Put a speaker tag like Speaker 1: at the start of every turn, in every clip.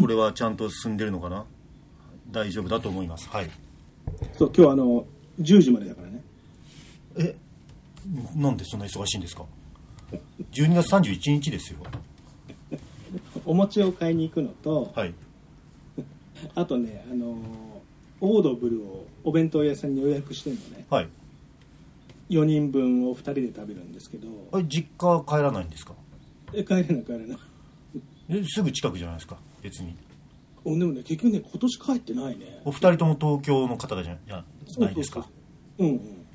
Speaker 1: これはちゃんと進んでるのかな大丈夫だと思いますはい
Speaker 2: そう今日あの10時までだからね
Speaker 1: えなんでそんな忙しいんですか12月31日ですよ
Speaker 2: お餅を買いに行くのと、
Speaker 1: はい
Speaker 2: あとねあのオードブルをお弁当屋さんに予約してるのね
Speaker 1: はい
Speaker 2: 4人分を2人で食べるんですけど
Speaker 1: あれ実家帰らないんですか
Speaker 2: え帰れない帰れない
Speaker 1: えすぐ近くじゃないですか別に
Speaker 2: おでもね結局ね今年帰ってないね
Speaker 1: お二人とも東京の方じゃじゃないですか
Speaker 2: そうそうそううんうん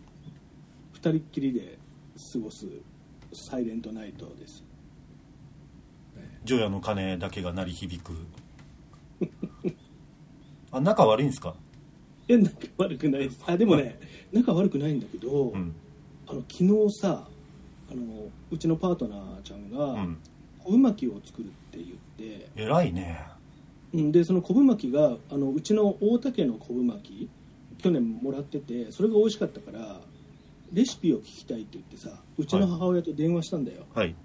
Speaker 2: 2人っきりで過ごすサイレントナイトです
Speaker 1: 除夜の鐘だけが鳴り響く あ仲悪いんですか
Speaker 2: いや仲悪くないですあでもね仲悪くないんだけど、
Speaker 1: うん
Speaker 2: あの昨日さあのうちのパートナーちゃん
Speaker 1: う
Speaker 2: が
Speaker 1: ん
Speaker 2: 昆布巻きを作るって言って、
Speaker 1: 偉いね
Speaker 2: うん、でその昆布巻きがあのうちの大田家の昆布巻き去年もらっててそれが美味しかったからレシピを聞きたいって言ってさうちの母親と電話したんだよ、
Speaker 1: はい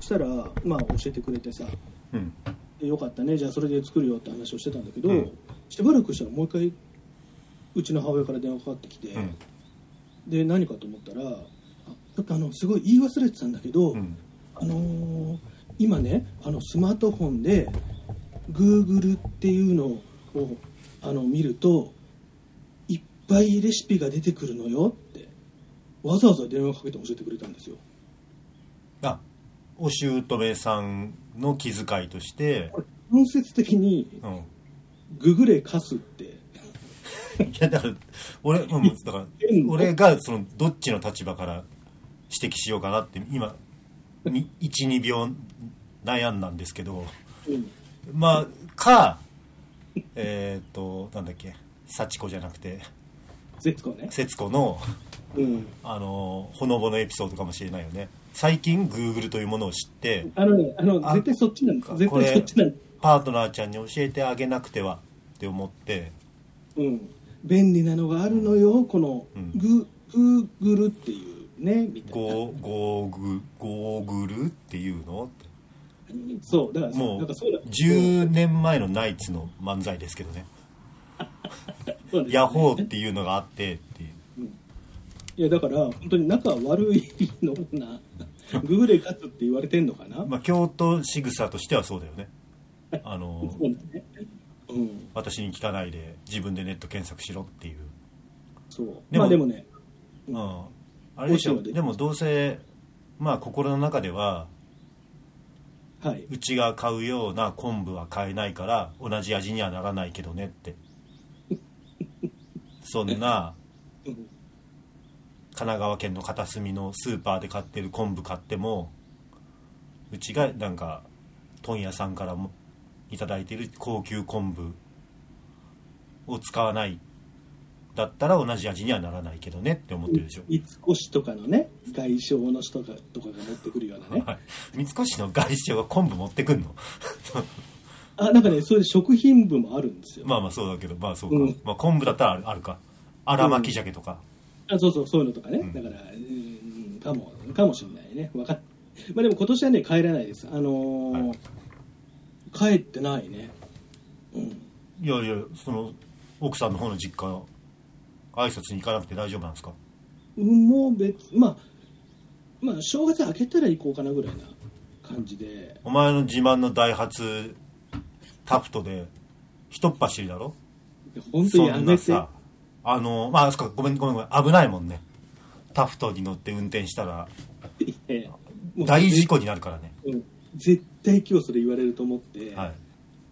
Speaker 2: そしたら、まあ、教えてくれてさ
Speaker 1: うん
Speaker 2: でよかったねじゃあそれで作るよって話をしてたんだけど、
Speaker 1: うん
Speaker 2: しばらくしたらもう一回うちの母親から電話かかってきて、
Speaker 1: うん
Speaker 2: で何かと思ったらあちょっとあのすごい言い忘れてたんだけど、
Speaker 1: うん
Speaker 2: あのー今ねあのスマートフォンで Google っていうのをあの見るといっぱいレシピが出てくるのよってわざわざ電話かけて教えてくれたんですよ
Speaker 1: あお姑さんの気遣いとして
Speaker 2: これ間接的に
Speaker 1: うん
Speaker 2: ググれかすって
Speaker 1: いやだから俺うんだから俺がそのどっちの立場から指摘しようかなって今12秒悩んだんですけど
Speaker 2: うん
Speaker 1: まあかえっ、となんだっけ幸子じゃなくて
Speaker 2: 絶子ね
Speaker 1: 節子の
Speaker 2: うん
Speaker 1: あのほのぼのエピソードかもしれないよね最近 Google というものを知って
Speaker 2: あのねあの
Speaker 1: あ
Speaker 2: 絶対そっちなん
Speaker 1: か
Speaker 2: だ絶
Speaker 1: これ
Speaker 2: 対そっちなんだ
Speaker 1: パートナーちゃんに教えてあげなくてはって思って
Speaker 2: うん便利なのがあるのよこの
Speaker 1: うん
Speaker 2: グ、グーグルっていうねみたいな
Speaker 1: ゴーゴーグゴーグルっていうのって
Speaker 2: そうだから
Speaker 1: も
Speaker 2: な
Speaker 1: うん
Speaker 2: かそうだ
Speaker 1: 10年前のナイツの漫才ですけどね
Speaker 2: そうです
Speaker 1: ヤホーっていうのがあってっていう
Speaker 2: いやだから本当に仲悪いのか なググレ勝つって言われてんのかな、
Speaker 1: まあ京都仕草としてはそうだよねあの
Speaker 2: そうだねうん
Speaker 1: 私に聞かないで自分でネット検索しろっていう
Speaker 2: そう
Speaker 1: でも
Speaker 2: まあでもね
Speaker 1: うんあれでし
Speaker 2: 美味しいの
Speaker 1: ょ
Speaker 2: で
Speaker 1: でもどうせまあ心の中では
Speaker 2: はいう
Speaker 1: ちが買うような昆布は買えないから同じ味にはならないけどねって そんな
Speaker 2: うん
Speaker 1: 神奈川県の片隅のスーパーで買ってる昆布買ってもうちがなんか問屋さんからもいただいてる高級昆布を使わないだったら同じ味にはならないけどねって思ってるでしょ
Speaker 2: 三越とかのね外商の人がとかが持ってくるようなね
Speaker 1: はい三越の外商が昆布持ってくんの
Speaker 2: あなんかねそういう食品部もあるんですよ、
Speaker 1: まあまあそうだけどまあそうか、
Speaker 2: うん
Speaker 1: まあ、昆布だったらあるあるか荒巻き鮭とか、
Speaker 2: あそうそうそういうのとかね、
Speaker 1: ん
Speaker 2: だからうんかもかもしれないねわかっまあでも今年はね帰らないですあのー帰ってないねうん
Speaker 1: いやいやその奥さんの方の実家の挨拶に行かなくて大丈夫なんですか
Speaker 2: うんもう別まあまあ正月明けたら行こうかなぐらいな感じで
Speaker 1: お前の自慢のダイハツタフトで一っ走りだろ
Speaker 2: 本当に
Speaker 1: そ
Speaker 2: や
Speaker 1: ん
Speaker 2: め
Speaker 1: な
Speaker 2: て
Speaker 1: さあのまあそっかごめんごめんごめん危ないもんねタフトに乗って運転したら
Speaker 2: ええ もう
Speaker 1: 大事故になるからね
Speaker 2: うん絶対今日それ言われると思って、
Speaker 1: はい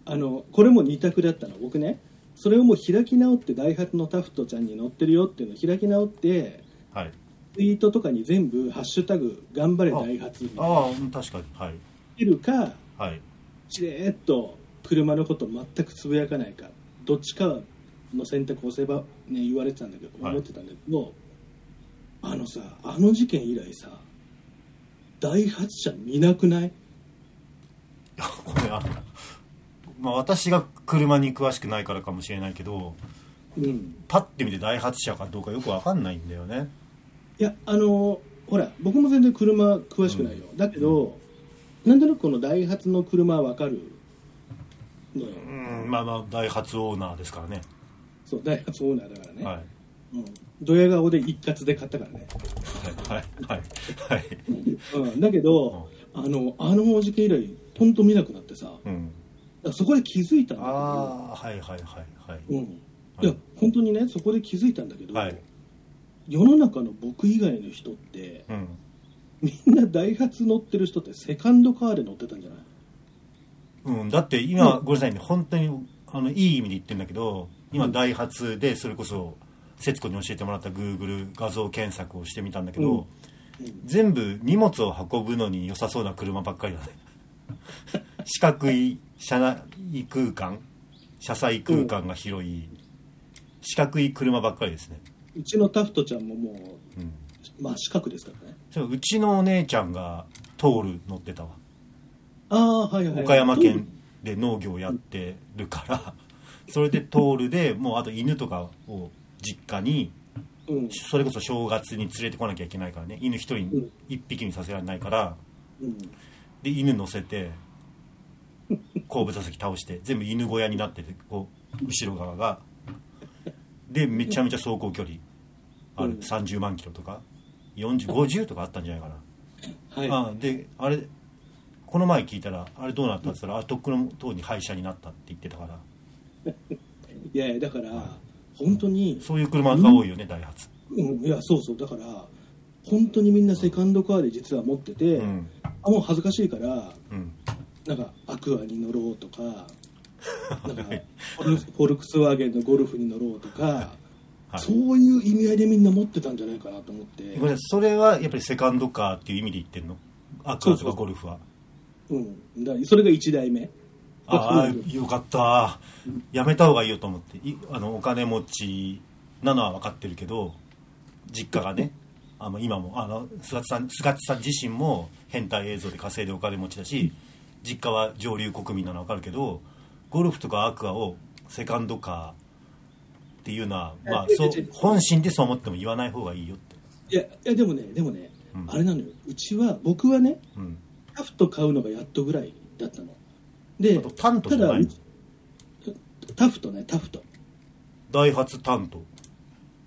Speaker 2: あのこれも二択だったの僕ねそれをもう開き直ってダイハツのタフトちゃんに乗ってるよっていうのを開き直って
Speaker 1: はい
Speaker 2: ツイートとかに全部「ハッシュタグ頑張れダイハツ」
Speaker 1: ああうん確かにはい
Speaker 2: てるか
Speaker 1: はい
Speaker 2: しれーっと車のこと全くつぶやかないかどっちかの選択を押せば、ね、言われてたんだけど
Speaker 1: はい
Speaker 2: 思ってたんだけど、あのさあの事件以来さ第発者見なくない
Speaker 1: これあまあ私が車に詳しくないからかもしれないけど
Speaker 2: うん
Speaker 1: パッて見てダイハツ車かどうかよくわかんないんだよね
Speaker 2: いやあのーほら僕も全然車詳しくないよ、だけど、なんとなくこのダイハツの車はわかるのよ
Speaker 1: うんまあまあダイハツオーナーですからね
Speaker 2: そうダイハツオーナーだからね、
Speaker 1: はい
Speaker 2: うん、ドヤ顔で一括で買ったからね、
Speaker 1: はいはいはい
Speaker 2: うん、だけど、あのあのおじけ以来ほんと見なくなってさだか
Speaker 1: うん
Speaker 2: らそこで気づいたんだけど
Speaker 1: ああはいはいはいはい
Speaker 2: うんいや本当にねそこで気づいたんだけど、
Speaker 1: はい
Speaker 2: 世の中の僕以外の人って
Speaker 1: うん
Speaker 2: みんなダイハツ乗ってる人ってセカンドカーで乗ってたんじゃない
Speaker 1: うん、だって今、
Speaker 2: う
Speaker 1: ごめんなさいね本当にあのいい意味で言ってるんだけど今ダイハツでそれこそ節子に教えてもらった Google 画像検索をしてみたんだけど、
Speaker 2: うんうん
Speaker 1: 全部荷物を運ぶのに良さそうな車ばっか りだね四角い車内空間車載空間が広い、四角い車ばっかりですね、
Speaker 2: うちのタフトちゃんももう
Speaker 1: うん、
Speaker 2: まあ四角ですからね
Speaker 1: そううちのお姉ちゃんがトール乗ってたわ
Speaker 2: ああーはいはいはい
Speaker 1: 岡山県で農業をやってるからそれでトールでもうあと犬とかを実家に
Speaker 2: うん
Speaker 1: それこそ正月に連れてこなきゃいけないからね犬一
Speaker 2: うん
Speaker 1: 人一匹にさせられないから
Speaker 2: うん
Speaker 1: で犬乗せて後部座席倒して全部犬小屋になっててこう後ろ側がでめちゃめちゃ走行距離あ
Speaker 2: う
Speaker 1: る
Speaker 2: ん
Speaker 1: 30万キロとか4050とかあったんじゃないかな
Speaker 2: はい
Speaker 1: ああであれこの前聞いたらあれどうなったって言ったら、あとっくのとうに廃車になったって言ってたから
Speaker 2: いやいやだから本当に
Speaker 1: そういう車が多いよね、ダイハツ
Speaker 2: うん、いやそうそうだから本当にみんなセカンドカーで実は持ってて、
Speaker 1: うん
Speaker 2: あもう恥ずかしいから
Speaker 1: うん
Speaker 2: なんかアクアに乗ろう とかなんかフォルフォルクスワーゲンのゴルフに乗ろうとか、
Speaker 1: はい
Speaker 2: そういう意味合いでみんな持ってたんじゃないかなと思って、
Speaker 1: ごめんなさいそれはやっぱりセカンドカーっていう意味で言ってんのアクアと
Speaker 2: そうそう
Speaker 1: かゴルフは
Speaker 2: うん、だからそれが1台目
Speaker 1: ああよかったやめた方がいいよと思っていあのお金持ちなのは分かってるけど実家がねあの今もあの菅地さん菅地さん自身も変態映像で稼いでお金持ちだし実家は上流国民なのは分かるけどゴルフとかアクアをセカンドカーっていうのは、まあ、そう本心でそう思っても言わない方がいいよって、
Speaker 2: いやいやでもねでもね、
Speaker 1: うん
Speaker 2: あれなのようちは僕はね
Speaker 1: うん、
Speaker 2: タフト買うのがやっとぐらいだったので
Speaker 1: あとタントじゃないの
Speaker 2: タフトねタフト
Speaker 1: ダイハツタント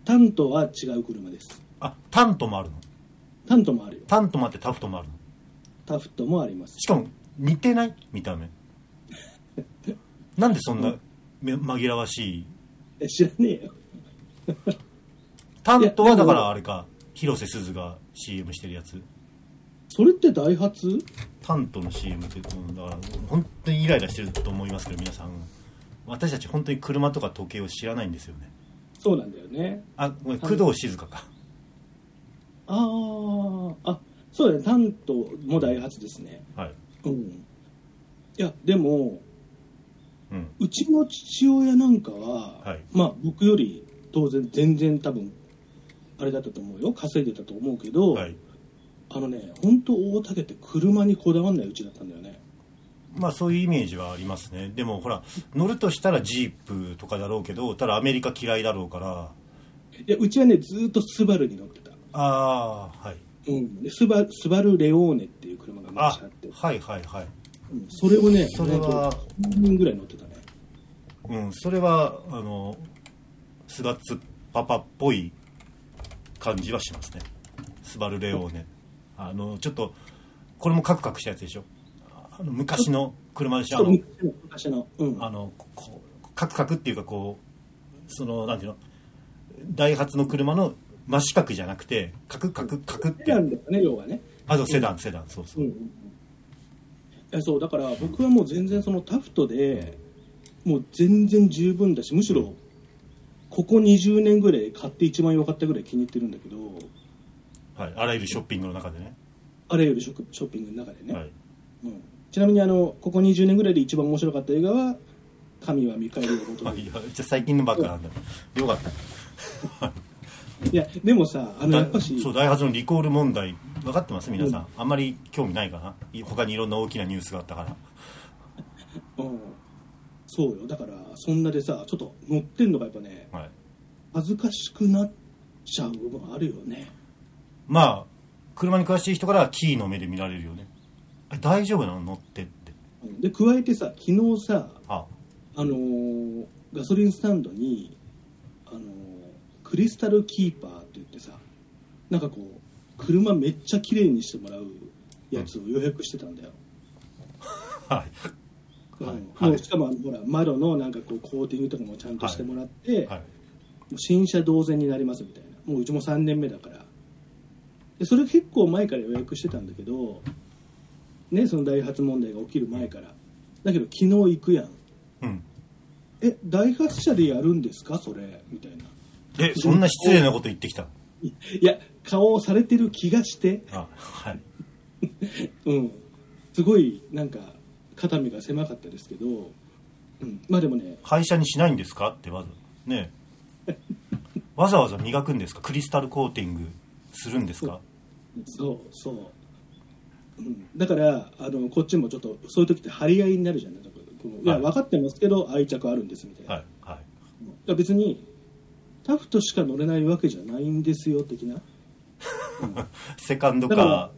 Speaker 2: タントは違う車です
Speaker 1: あタントもあるの
Speaker 2: タントもあるよ
Speaker 1: タントもあってタフトもあるの
Speaker 2: タフトもあります
Speaker 1: しかも似てない見た目なんでそん
Speaker 2: う
Speaker 1: なんめ紛らわしい
Speaker 2: え知らねえよ
Speaker 1: 担当はい
Speaker 2: やで
Speaker 1: だ
Speaker 2: も
Speaker 1: からあれか広瀬すずが CM してるやつ
Speaker 2: それってダイハツ
Speaker 1: 担当の CM ってうんだから本当にイライラしてると思いますけど皆さん私たち本当に車とか時計を知らないんですよね
Speaker 2: そうなんだよね
Speaker 1: あごめん工藤静香か
Speaker 2: あーあそうだねタントもダイハツですね
Speaker 1: はい
Speaker 2: うんいやでも
Speaker 1: うん
Speaker 2: うちの父親なんかは、
Speaker 1: はい
Speaker 2: まあ僕より当然全然多分あれだったと思うよ稼いでたと思うけど、
Speaker 1: はい
Speaker 2: あのね本当大竹って車にこだわんないうちだったんだよね
Speaker 1: まあそういうイメージはありますねでもほら乗るとしたらジープとかだろうけどただアメリカ嫌いだろうから
Speaker 2: いやうちはねずーっとスバルに乗ってた
Speaker 1: ああはい
Speaker 2: うん、でスバスバルレオーネっていう車が
Speaker 1: あ
Speaker 2: 昔あって、
Speaker 1: はいはいはい
Speaker 2: うんそれをね、
Speaker 1: それは
Speaker 2: 本当に10人ぐらい乗ってたね。
Speaker 1: うん、それはあのスガッツパパっぽい感じはしますねスバルレオーネあのちょっとこれもカクカクしたやつでしょあの昔の車でしょあ
Speaker 2: そう
Speaker 1: の
Speaker 2: 昔の、うん、
Speaker 1: あのここうカクカクっていうかこうそのなんていうのダイハツの車の真四角じゃなくてカクカクカクっ
Speaker 2: セ
Speaker 1: て
Speaker 2: ダンだよね、要はね。
Speaker 1: あとセダンセダンそう
Speaker 2: う
Speaker 1: そ
Speaker 2: ん
Speaker 1: う、
Speaker 2: うんうん、いやそうだから僕はもう全然そのタフトで、もう全然十分だし、むしろここ20年ぐらい買って一番良かったぐらい気に入ってるんだけど、
Speaker 1: はい、あらゆるショッピングの中でね
Speaker 2: あらゆるショップショッピングの中でね。
Speaker 1: はい、
Speaker 2: うん、ちなみにあの、ここ20年ぐらいで一番面白かった映画は、神は見返りを求
Speaker 1: ま
Speaker 2: め
Speaker 1: あ、
Speaker 2: る
Speaker 1: い。やじゃあ最近のばっかなんだよかった
Speaker 2: いや、でもさ、あの、
Speaker 1: だ
Speaker 2: やっぱし、
Speaker 1: そうダイハツのリコール問題分かってます皆さん、あんまり興味ないかない他にいろんな大きなニュースがあったから
Speaker 2: うん、そうよだからそんなでさちょっと乗ってんのがやっぱね
Speaker 1: はい、
Speaker 2: 恥ずかしくなっちゃう部分あるよね
Speaker 1: まあ車に詳しい人からはキーの目で見られるよねあ大丈夫なの乗ってって
Speaker 2: で加えてさ昨日さ
Speaker 1: あ
Speaker 2: あのーガソリンスタンドに、あのークリスタルキーパーって言ってさなんかこう車めっちゃ綺麗にしてもらうやつを予約してたんだよ、
Speaker 1: はい
Speaker 2: うん
Speaker 1: はい
Speaker 2: も
Speaker 1: は
Speaker 2: う
Speaker 1: い
Speaker 2: しかもあのほら窓のなんかこうコーティングとかもちゃんとしてもらって、
Speaker 1: はい
Speaker 2: もう新車同然になりますみたいなもううちも3年目だからでそれ結構前から予約してたんだけどねそのダイハツ問題が起きる前からだけど昨日行くやん
Speaker 1: うん
Speaker 2: えダイハツ車でやるんですかそれみたいな
Speaker 1: えそんな失礼なこと言ってきたの
Speaker 2: いや顔をされてる気がして
Speaker 1: あはい
Speaker 2: うんすごいなんか肩身が狭かったですけど、うん、まあでもね
Speaker 1: 会社にしないんですかってわざね えわざわざ磨くんですかクリスタルコーティングするんですか
Speaker 2: そうそう、うん、だからあのこっちもちょっとそういう時って張り合いになるじゃないこのいや
Speaker 1: はい
Speaker 2: 分かってますけど愛着あるんですみたいな、
Speaker 1: はいはい
Speaker 2: いや別にタフトしか乗れないわけじゃないんですよ的な
Speaker 1: セカンド
Speaker 2: だか
Speaker 1: カ
Speaker 2: ら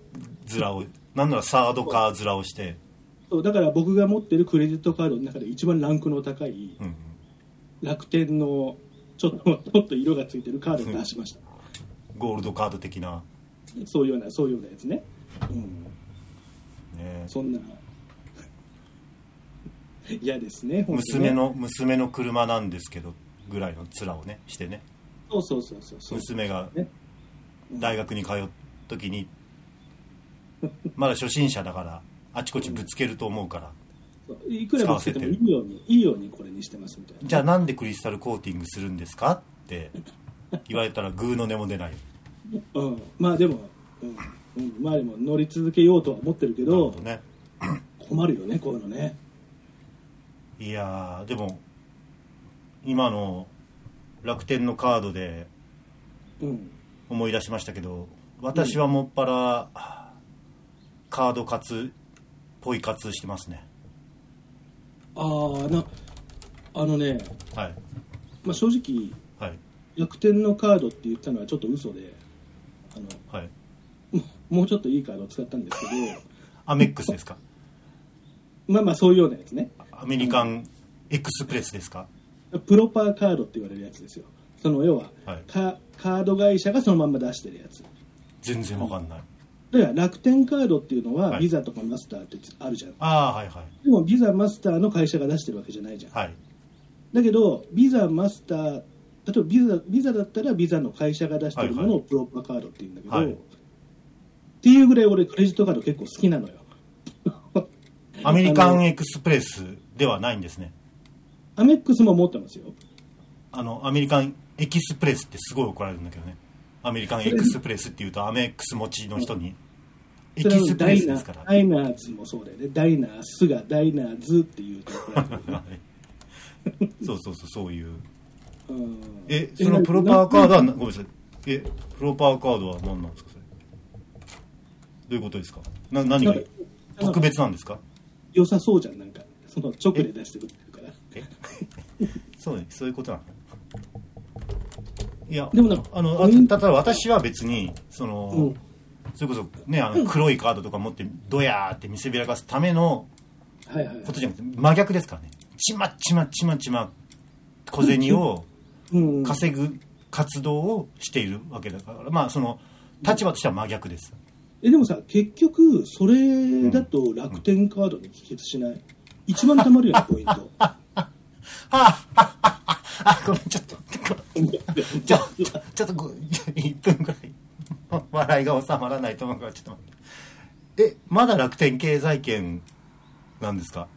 Speaker 1: ー面をなんならサードカー面をして
Speaker 2: そうだから僕が持ってるクレジットカードの中で一番ランクの高い
Speaker 1: うん
Speaker 2: 楽天のちょっと ちょっと色がついてるカードを出しました
Speaker 1: ゴールドカード的な
Speaker 2: そういうようなそういうようなやつね、うん、
Speaker 1: ね
Speaker 2: そんな 嫌ですね本当に
Speaker 1: 娘
Speaker 2: ね
Speaker 1: の娘の車なんですけどぐらいの面をねしてね
Speaker 2: そうそうそうそうそう
Speaker 1: 娘が
Speaker 2: ね
Speaker 1: 大学に通う時にまだ初心者だからあちこちぶつけると思うから
Speaker 2: そういくらもつけてもいいようにいいようにこれにしてますみたいな
Speaker 1: じゃあなんでクリスタルコーティングするんですかって言われたらグーの根も出ない
Speaker 2: うん、まあでも、うんうん、まあでも乗り続けようとは思ってるけど
Speaker 1: とね
Speaker 2: 困るよねこういうのね
Speaker 1: いやーでも今の楽天のカードで
Speaker 2: うん
Speaker 1: 思い出しましたけど私はもっぱらカード活ぽい活してますね
Speaker 2: ああなあのね、
Speaker 1: はい
Speaker 2: まあ、正直
Speaker 1: はい
Speaker 2: 楽天のカードって言ったのはちょっと嘘であの
Speaker 1: はい
Speaker 2: もうもうちょっといいカードを使ったんですけど
Speaker 1: アメックスですか
Speaker 2: まあまあそういうようなやつね
Speaker 1: アメリカンエクスプレスですか
Speaker 2: プロパーカードって言われるやつですよその要は、
Speaker 1: はい
Speaker 2: カカード会社がそのまんま出してるやつ
Speaker 1: 全然わかんない
Speaker 2: だから楽天カードっていうのは、
Speaker 1: はい
Speaker 2: ビザとかマスターってつあるじゃん
Speaker 1: ああはいはい
Speaker 2: でもビザマスターの会社が出してるわけじゃないじゃん、
Speaker 1: はい
Speaker 2: だけどビザマスター例えばビザビザだったらビザの会社が出してるも
Speaker 1: はい
Speaker 2: の
Speaker 1: は
Speaker 2: をプロパカードって言うんだけど、
Speaker 1: はい
Speaker 2: っていうぐらい俺クレジットカード結構好きなのよ
Speaker 1: アメリカンエクスプレスではないんですね
Speaker 2: アメックスも持ってますよ
Speaker 1: あのアメリカンエキスプレスってすごい怒られるんだけどねアメリカンエクスプレスっていうとアメックス持ちの人にエ
Speaker 2: それ
Speaker 1: キ
Speaker 2: は
Speaker 1: スプ
Speaker 2: ダ
Speaker 1: レ
Speaker 2: イ
Speaker 1: ス
Speaker 2: ナ
Speaker 1: ですか
Speaker 2: ー
Speaker 1: ら
Speaker 2: ダイナーズもそうだよねダイナースがダイナーズっていうところ
Speaker 1: はいそうそうそうそういう
Speaker 2: うん
Speaker 1: えそのプロパーカードはなごめんなさいえプロパーカードは何なんですかそれどういうことですかな何が
Speaker 2: なんか
Speaker 1: 特別なんですか
Speaker 2: 良さそうじゃんなんかその直で出してくれてるから
Speaker 1: え そうねそういうことなのいや
Speaker 2: でもなんか
Speaker 1: あのあ
Speaker 2: うん
Speaker 1: ただ私は別にその、
Speaker 2: うん
Speaker 1: それこそねあの黒いカードとか持ってドヤーって見せびらかすための
Speaker 2: はいはい、はい
Speaker 1: ことじゃなくて真逆ですからねちまちまちまちま小銭 を
Speaker 2: うん、
Speaker 1: 稼ぐ活動をしているわけだからまあその立場としては真逆です
Speaker 2: えでもさ結局それだと楽天カードに帰結しない、一番貯まるよねポイ ント
Speaker 1: あああああごめんちょっとちょちょちょっとご1分ぐらい笑いが収まらないと思うからちょっと待ってえまだ楽天経済圏なんですか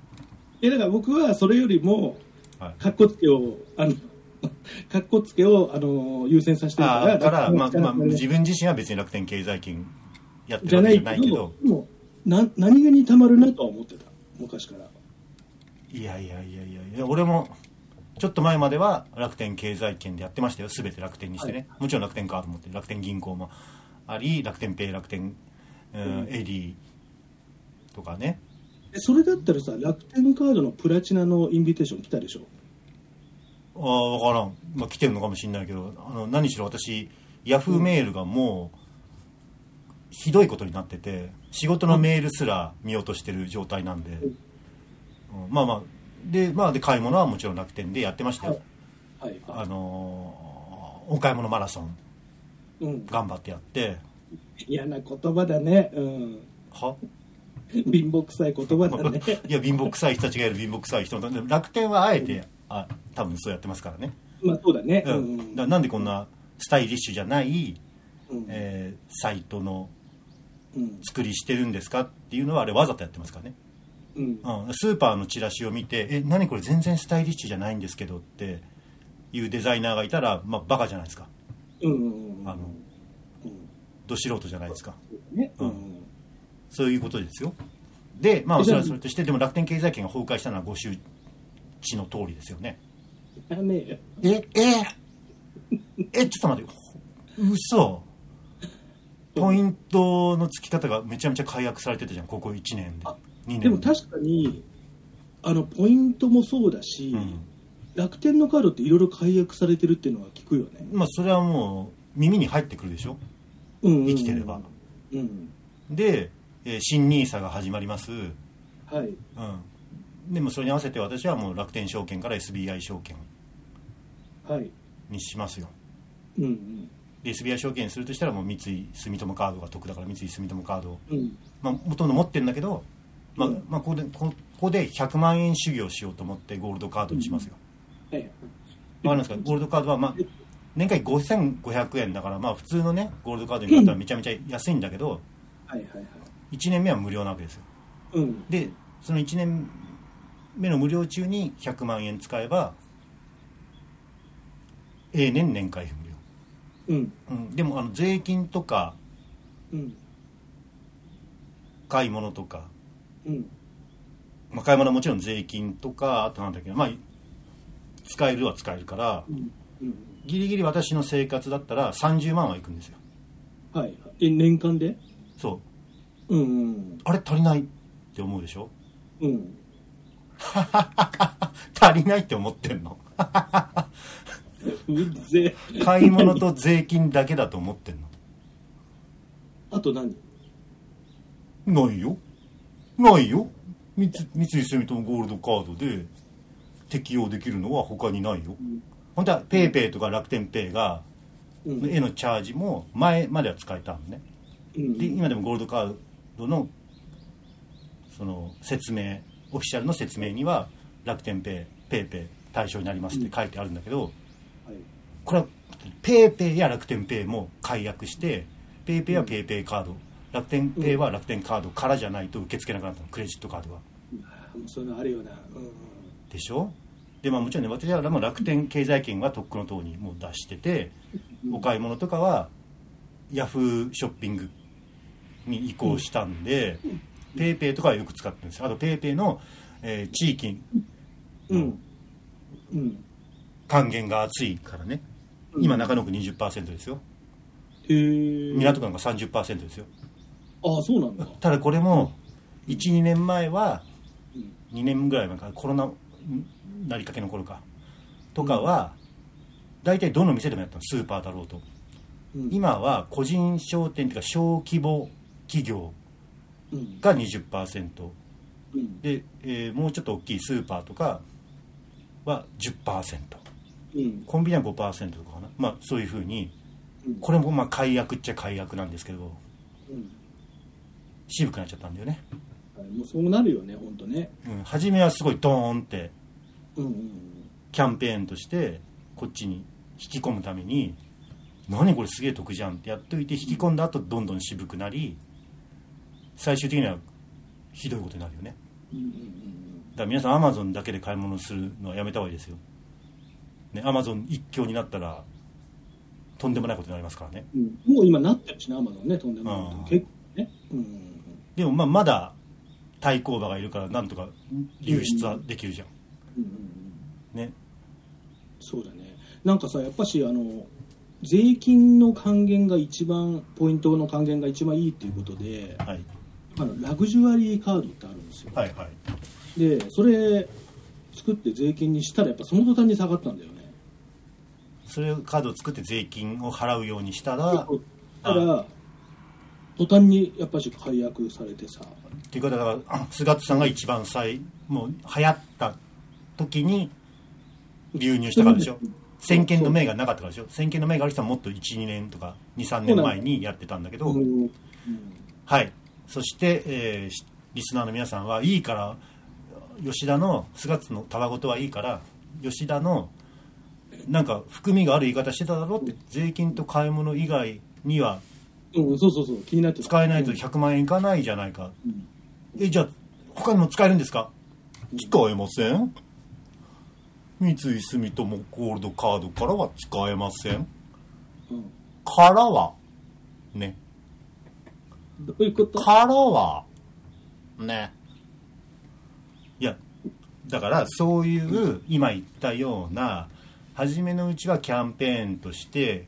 Speaker 2: えだから僕はそれよりも
Speaker 1: はい
Speaker 2: かっこつけをあの かっこつけをあの優先させてるか
Speaker 1: ああ
Speaker 2: ら
Speaker 1: だから、まあ
Speaker 2: 楽天
Speaker 1: まあ、
Speaker 2: カードに
Speaker 1: 自分自身は別に楽天経済圏やって
Speaker 2: じ
Speaker 1: る
Speaker 2: ゃ
Speaker 1: わ
Speaker 2: な
Speaker 1: けじゃ
Speaker 2: い
Speaker 1: ないけ
Speaker 2: けど
Speaker 1: ど
Speaker 2: でもな何気に貯まるなとは思ってた昔から
Speaker 1: いやいやいやいやいや俺もちょっと前までは楽天経済圏でやってましたよ全て楽天にしてね、もちろん楽天カード持ってる楽天銀行もあり楽天ペイ楽天、うん
Speaker 2: うん
Speaker 1: エリーとかね
Speaker 2: えそれだったらさ楽天カードのプラチナのインビテーション来たでしょ
Speaker 1: ああ分からん、まあ、来てるのかもしれないけどあの何しろ私ヤフーメールがもうひどいことになってて仕事のメールすら見落としてる状態なんで、うんまあまあでまあで買い物はもちろん楽天でやってましたよ、
Speaker 2: はいは
Speaker 1: あのーお買い物マラソン
Speaker 2: いうん
Speaker 1: 頑張ってやって
Speaker 2: 嫌な言葉だねうん
Speaker 1: は
Speaker 2: 貧乏くさい言葉だね
Speaker 1: いや貧乏くさい人たちがいる貧乏くさい人でも楽天はあえてあ多分そうやってますからね、
Speaker 2: まあそうだねう
Speaker 1: うんんだからなんでこんなスタイリッシュじゃない、
Speaker 2: うん
Speaker 1: えーサイトの
Speaker 2: うん
Speaker 1: 作りしてるんですかっていうのはあれわざとやってますからね、
Speaker 2: うん
Speaker 1: うん、スーパーのチラシを見て「え何これ全然スタイリッシュじゃないんですけど」っていうデザイナーがいたら、まあ、バカじゃないですか
Speaker 2: うん
Speaker 1: あの
Speaker 2: うん
Speaker 1: ど素人じゃないですか
Speaker 2: ねう
Speaker 1: うん
Speaker 2: ん
Speaker 1: そういうことですよでまあ
Speaker 2: え
Speaker 1: そ
Speaker 2: じ
Speaker 1: れ
Speaker 2: ゃあ
Speaker 1: はそれとしてでも楽天経済圏が崩壊したのはご周知の通りですよね
Speaker 2: 知らねえよ
Speaker 1: ええ えちょっと待って嘘ポイントの付き方がめちゃめちゃ改悪されてたじゃんここ1年で
Speaker 2: あ
Speaker 1: 2年
Speaker 2: でも確かにあのポイントもそうだし、
Speaker 1: うん
Speaker 2: 楽天のカードっていろいろ解約されてるっていうのは聞くよね、
Speaker 1: まあそれはもう耳に入ってくるでしょ
Speaker 2: うんうんうん
Speaker 1: 生きてれば
Speaker 2: うん
Speaker 1: で、えー新ニーサが始まりますうん
Speaker 2: はい
Speaker 1: でもそれに合わせて私はもう楽天証券から SBI 証券
Speaker 2: はい
Speaker 1: にしますよ
Speaker 2: うんうん
Speaker 1: で SBI 証券にするとしたらもう三井住友カードが得だから三井住友カードを
Speaker 2: うん
Speaker 1: まあ、ほとんど持ってるんだけど、まあ
Speaker 2: うん
Speaker 1: まあ、ここでこここで100万円修行しようと思ってゴールドカードにしますよ、
Speaker 2: はい
Speaker 1: わかりますかゴールドカードは、まあ、年会5500円だから、まあ、普通のねゴールドカードになったらめちゃめちゃ安いんだけど
Speaker 2: はいはいはい
Speaker 1: 1年目は無料なわけですよ
Speaker 2: うん
Speaker 1: でその1年目の無料中に100万円使えばええ年年会費無料、
Speaker 2: うん
Speaker 1: うん、でもあの税金とか
Speaker 2: うん
Speaker 1: 買い物とか
Speaker 2: うん
Speaker 1: まあ、買い物はもちろん税金とかあとなんだっけど、まあ、使えるは使えるから
Speaker 2: うんうん
Speaker 1: ギリギリ私の生活だったら30万はいくんですよ
Speaker 2: はいえ年間で
Speaker 1: そう
Speaker 2: うんうん
Speaker 1: あれ足りないって思うでしょ
Speaker 2: うん
Speaker 1: 足りないって思ってんの
Speaker 2: うっぜ
Speaker 1: 買い物と税金だけだと思ってん
Speaker 2: あと何
Speaker 1: のないよないよ三井三井住友ゴールドカードで適用できるのは他にないよ
Speaker 2: ん
Speaker 1: 本当は PayPay とか楽天 Pay が
Speaker 2: うん
Speaker 1: へのチャージも前までは使えたのね
Speaker 2: うん
Speaker 1: で今でもゴールドカードのその説明オフィシャルの説明には楽天ペイペイペイ対象になりますって書いてあるんだけど、
Speaker 2: はい
Speaker 1: これはペイペイや楽天ペイも解約してペイペイはペイペイカード、楽天ペイは楽天カードからじゃないと受け付けなくなったのクレジットカードは
Speaker 2: ああもうそういうのあるよなうんうん
Speaker 1: でしょでまあもちろんね私はもう楽天経済圏はとっくの塔にもう出してて
Speaker 2: うん
Speaker 1: お買い物とかはヤフーショッピングに移行したんで、ペイペイとかはよく使ってるんですよあとペイペイの、えー地域
Speaker 2: うんうん
Speaker 1: 還元が厚いからね
Speaker 2: うん
Speaker 1: 今中野区20%ですよ
Speaker 2: へえ
Speaker 1: 港区なんか30%ですよ
Speaker 2: ああそうなんだ
Speaker 1: ただこれも12年前は
Speaker 2: うん
Speaker 1: 2年ぐらい前からコロナんなりかけの頃かとかは大体どの店でもやったのスーパーだろうと
Speaker 2: うん
Speaker 1: 今は個人商店というか小規模企業
Speaker 2: うん
Speaker 1: が20%
Speaker 2: うん
Speaker 1: で、えーもうちょっと大きいスーパーとかは10%
Speaker 2: うん
Speaker 1: コンビニは5%とかかなまあそういうふうに
Speaker 2: うん
Speaker 1: これもまあ解約っちゃ解約なんですけど
Speaker 2: うん
Speaker 1: 渋くなっちゃったんだよね、
Speaker 2: もうそうなるよね本当ね
Speaker 1: うん、初めはすごいドーンって
Speaker 2: うんうん
Speaker 1: キャンペーンとしてこっちに引き込むために何これすげえ得じゃんってやっといて引き込んだ後どんどん渋くなり最終的にはひどいことになるよね
Speaker 2: うんうんうん
Speaker 1: だから皆さんアマゾンだけで買い物するのはやめた方がいいですよねアマゾン一強になったらとんでもないことになりますからね
Speaker 2: うんもう今なってるしねアマゾンねとんでもないこ
Speaker 1: あ
Speaker 2: と
Speaker 1: あ
Speaker 2: 結構ねうん
Speaker 1: でもまあまだ対抗馬がいるからなんとか流出はできるじゃん
Speaker 2: うんうん
Speaker 1: ね
Speaker 2: そうだねなんかさやっぱしあの税金の還元が一番ポイントの還元が一番いいっていうことで
Speaker 1: はい
Speaker 2: あのラグジュアリーカードってあるんですよ
Speaker 1: はいはい
Speaker 2: でそれ作って税金にしたらやっぱその途端に下がったんだよね
Speaker 1: それをカードを作って税金を払うようにしたらっ
Speaker 2: だから途端にやっぱし解約されてさ
Speaker 1: ていうかだからあ菅田さんが一番最もう流行った時に流入したからでしょ
Speaker 2: そう
Speaker 1: 先見の明がなかったからでしょ先見の明がある人はもっと12年とか23年前にやってたんだけど、
Speaker 2: うん
Speaker 1: はいそして、えーしリスナーの皆さんはいいから吉田の「4月のたわごと」はいいから吉田のなんか含みがある言い方してただろって税金と買い物以外には
Speaker 2: うん、そうそうそう気になってた
Speaker 1: 使えないと100万円いかないじゃないか、
Speaker 2: ん
Speaker 1: えじゃあ他にも使えるんですか使えません三井住友ゴールドカードからは使えません
Speaker 2: うん
Speaker 1: からはね
Speaker 2: どういうこと
Speaker 1: からはねいやだからそういう今言ったような初めのうちはキャンペーンとして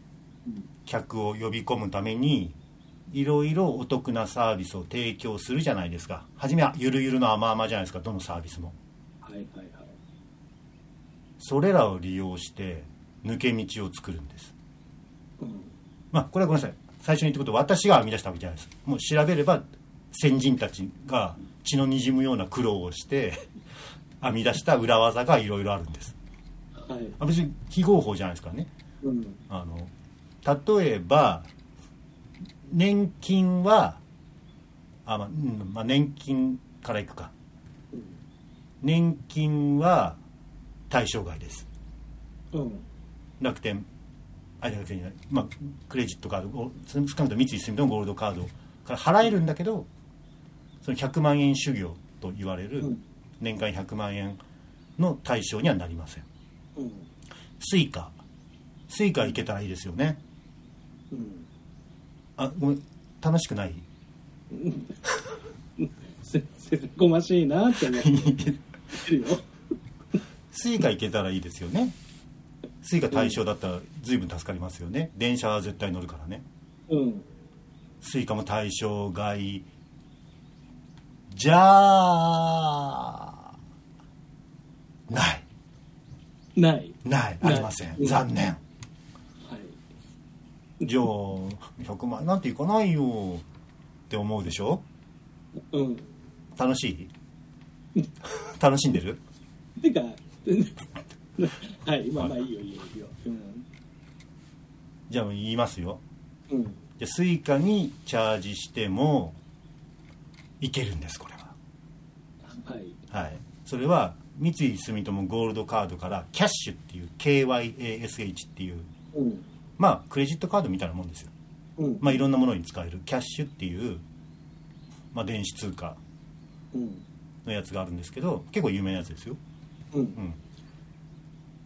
Speaker 1: 客を呼び込むためにいろいろお得なサービスを提供するじゃないですか初めはゆるゆるの甘々じゃないですかどのサービスも
Speaker 2: はいはいはい
Speaker 1: それらを利用して抜け道を作るんです
Speaker 2: うん
Speaker 1: まあこれはごめんなさい最初に言ったことは私が編み出したわけじゃないですもう調べれば先人たちが血の滲むような苦労をして 編み出した裏技がいろいろあるんです
Speaker 2: はい
Speaker 1: あ別に非合法じゃないですからね
Speaker 2: うん
Speaker 1: あの例えば年金はあ、まあうんまあ、年金からいくか年金は対象外です
Speaker 2: うん
Speaker 1: 楽天あ楽天じゃない、まあ、クレジットカードを少なくとも三井住友のゴールドカードから払えるんだけどその100万円修行と言われる
Speaker 2: うん
Speaker 1: 年間100万円の対象にはなりません
Speaker 2: うん
Speaker 1: スイカスイカいけたらいいですよね
Speaker 2: うん
Speaker 1: あごめん楽しくない
Speaker 2: せせせこましいなって思って るよ
Speaker 1: スイカ行けたらいいですよねスイカ対象だったら随分助かりますよね電車は絶対乗るからね
Speaker 2: うん
Speaker 1: スイカも対象外じゃあない
Speaker 2: ない
Speaker 1: ないあ
Speaker 2: ない
Speaker 1: りません
Speaker 2: うん
Speaker 1: 残念
Speaker 2: はい
Speaker 1: じゃあ100万なんていかないよって思うでしょ
Speaker 2: うん
Speaker 1: 楽しい楽しんでる
Speaker 2: てか はいまあまあいいよいいよいいようん
Speaker 1: じゃあ言いますよ
Speaker 2: うん
Speaker 1: じゃあスイカにチャージしてもいけるんですこれは
Speaker 2: はい
Speaker 1: はい、それは三井住友ゴールドカードからキャッシュっていう KYASH っていう
Speaker 2: うん
Speaker 1: まあクレジットカードみたいなもんですよ、
Speaker 2: うん
Speaker 1: まあ、いろんなものに使えるキャッシュっていう、まあ、電子通貨
Speaker 2: うん
Speaker 1: のやつがあるんですけど結構有名なやつですよ
Speaker 2: うん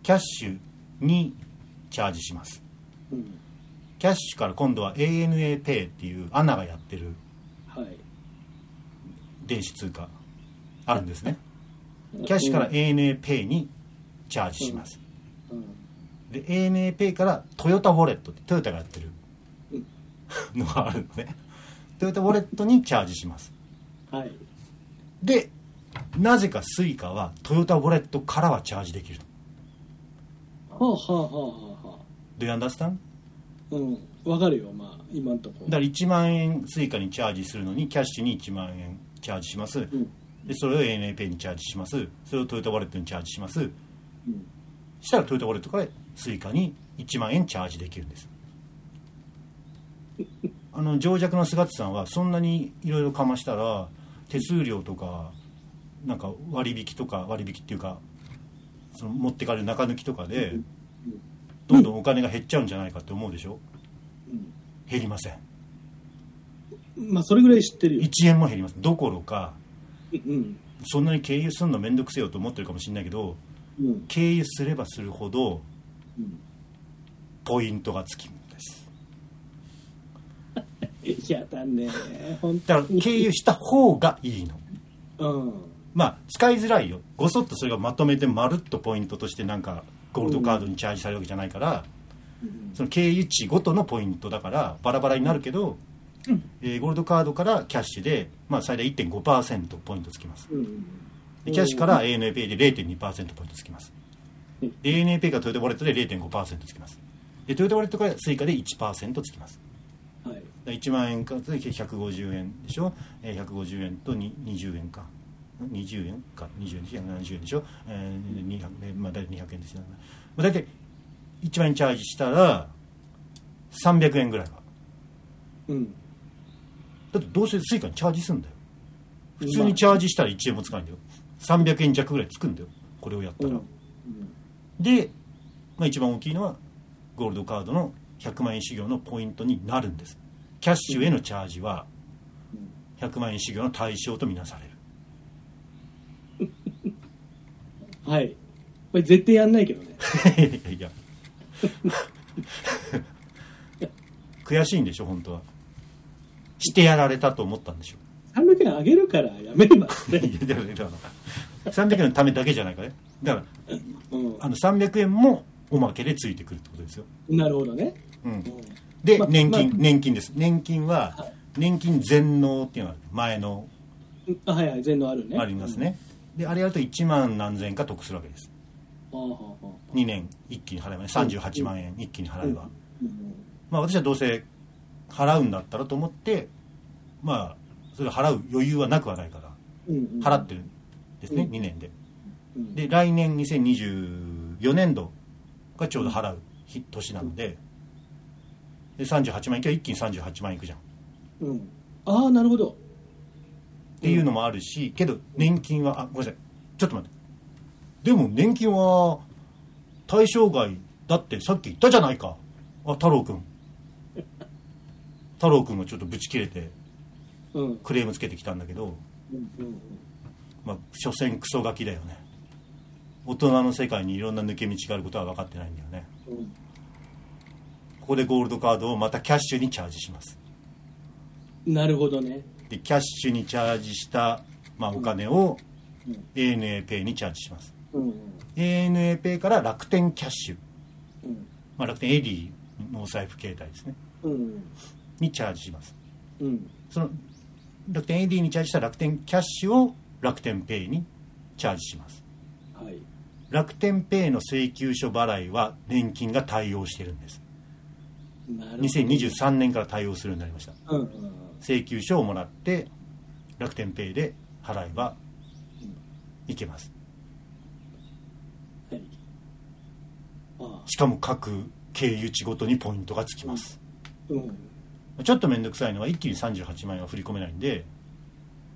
Speaker 1: キャッシュにチャージします
Speaker 2: うん
Speaker 1: キャッシュから今度は ANAPay っていうアナがやってる
Speaker 2: はい
Speaker 1: 電子通貨あるんですねキャッシュから ANAPay にチャージします
Speaker 2: うん
Speaker 1: で ANAPay からトヨタウォレットってトヨタがやってる
Speaker 2: うん
Speaker 1: のがあるのねトヨタウォレットにチャージします
Speaker 2: はい
Speaker 1: でなぜかスイカはトヨタウォレットからはチャージできる
Speaker 2: はあはあはあはあはあ
Speaker 1: Do you understand?
Speaker 2: うんわかるよまあ今んとこ
Speaker 1: だから1万円スイカにチャージするのにキャッシュに1万円チャージします
Speaker 2: うん
Speaker 1: でそれを ANAPay にチャージしますそれをトヨタウォレットにチャージします
Speaker 2: うん
Speaker 1: したらトヨタウォレットからスイカに1万円チャージできるんです あの情弱の菅津さんはそんなにいろいろかましたら手数料とかなんか割引とか割引っていうかその持ってかれる中抜きとかで
Speaker 2: うん
Speaker 1: どんどんお金が減っちゃうんじゃないかって思うでしょ
Speaker 2: うん
Speaker 1: 減りません
Speaker 2: まあそれぐらい知ってるよ
Speaker 1: 1円も減りますどころか
Speaker 2: うん
Speaker 1: そんなに経由するの面倒くせえよと思ってるかもしれないけど
Speaker 2: うん
Speaker 1: 経由すればするほど
Speaker 2: うん
Speaker 1: ポイントがつきものです
Speaker 2: やだね本
Speaker 1: だ
Speaker 2: 当
Speaker 1: から経由した方がいいの
Speaker 2: うん
Speaker 1: まあ使いづらいよごそっとそれがまとめてまるっとポイントとしてなんかゴールドカードにチャージされるわけじゃないから、
Speaker 2: うん
Speaker 1: その経由値ごとのポイントだからバラバラになるけど、えーゴールドカードからキャッシュで、まあ、最大1.5%ポイントつきます
Speaker 2: うん
Speaker 1: でキャッシュから ANAPay で0.2%ポイントつきます
Speaker 2: う
Speaker 1: で
Speaker 2: ん
Speaker 1: ANAPay からトヨタウォレットで0.5%つきますでトヨタウォレットからスイカで1%つきます
Speaker 2: はい
Speaker 1: だから1万円かつ150円でしょ、えー150円とに20円か20円か20円でしょ170円でしょ、えー、200で、まあ、大体200円ですよ、まあ、大体1万円チャージしたら300円ぐらいは
Speaker 2: うん
Speaker 1: だってどうせスイカにチャージすんだよ普通にチャージしたら1円もつかないんだよ300円弱ぐらいつくんだよこれをやった
Speaker 2: う
Speaker 1: ら、
Speaker 2: ん
Speaker 1: で、まあ、一番大きいのはゴールドカードの100万円修行のポイントになるんですキャッシュへのチャージは100万円修行の対象とみなされる
Speaker 2: はいこれ絶対やんないけどね
Speaker 1: いやい やいや悔しいんでしょ本当はしてやられたと思ったんでしょ
Speaker 2: 300円あげるからやめれば
Speaker 1: いやいやだから300円のためだけじゃないからねだから
Speaker 2: うん
Speaker 1: あの300円もおまけでついてくるってことですよ、
Speaker 2: なるほどね、
Speaker 1: う、
Speaker 2: うんん
Speaker 1: で
Speaker 2: ま
Speaker 1: 年金
Speaker 2: ま
Speaker 1: 年金です年金
Speaker 2: は
Speaker 1: はい年金全納っていうのが前の
Speaker 2: あはいはい全能あるね
Speaker 1: あります、ねであれやると1万何千円か得するわけです
Speaker 2: うんはあはあはあ
Speaker 1: 2年一気に払えばね38万円一気に払えば、
Speaker 2: うん
Speaker 1: まあ、私はどうせ払うんだったらと思って、まあ、それ払う余裕はなくはないから
Speaker 2: うん
Speaker 1: 払ってるんですね、
Speaker 2: うん
Speaker 1: 2年で
Speaker 2: うん
Speaker 1: で来年2024年度がちょうど払う日年なのでで38万円いけば一気に38万円いくじゃんっ
Speaker 2: うん、ああなるほど
Speaker 1: ていうのもあるしけど年金はあごめんなさいちょっと待ってでも年金は対象外だってさっき言ったじゃないかあ太郎くん太郎くんがちょっとブチ切れて
Speaker 2: うん
Speaker 1: クレームつけてきたんだけど、
Speaker 2: うんうん
Speaker 1: まあ、所詮クソガキだよね大人の世界にいろんな抜け道があることは分かってないんだよね
Speaker 2: うん
Speaker 1: ここでゴールドカードをまたキャッシュにチャージします
Speaker 2: なるほどね
Speaker 1: でキャッシュにチャージした、まあ、お金を
Speaker 2: うん
Speaker 1: ANAPay にチャージします
Speaker 2: うん
Speaker 1: ANAPay から楽天キャッシュ、
Speaker 2: うん
Speaker 1: まあ、楽天エディのお財布携帯ですね
Speaker 2: うん
Speaker 1: にチャージします
Speaker 2: うん
Speaker 1: その楽天エディにチャージした楽天キャッシュを楽天ペイにチャージします
Speaker 2: はい
Speaker 1: 楽天ペイの請求書払いは年金が対応してるんです
Speaker 2: なるほど
Speaker 1: 2023年から対応するようになりました
Speaker 2: うんうん
Speaker 1: 請求書をもらって楽天ペイで払えばいけます
Speaker 2: はいああ
Speaker 1: しかも各経由地ごとにポイントがつきます
Speaker 2: うん
Speaker 1: ちょっと面倒くさいのは一気に38万円は振り込めないんで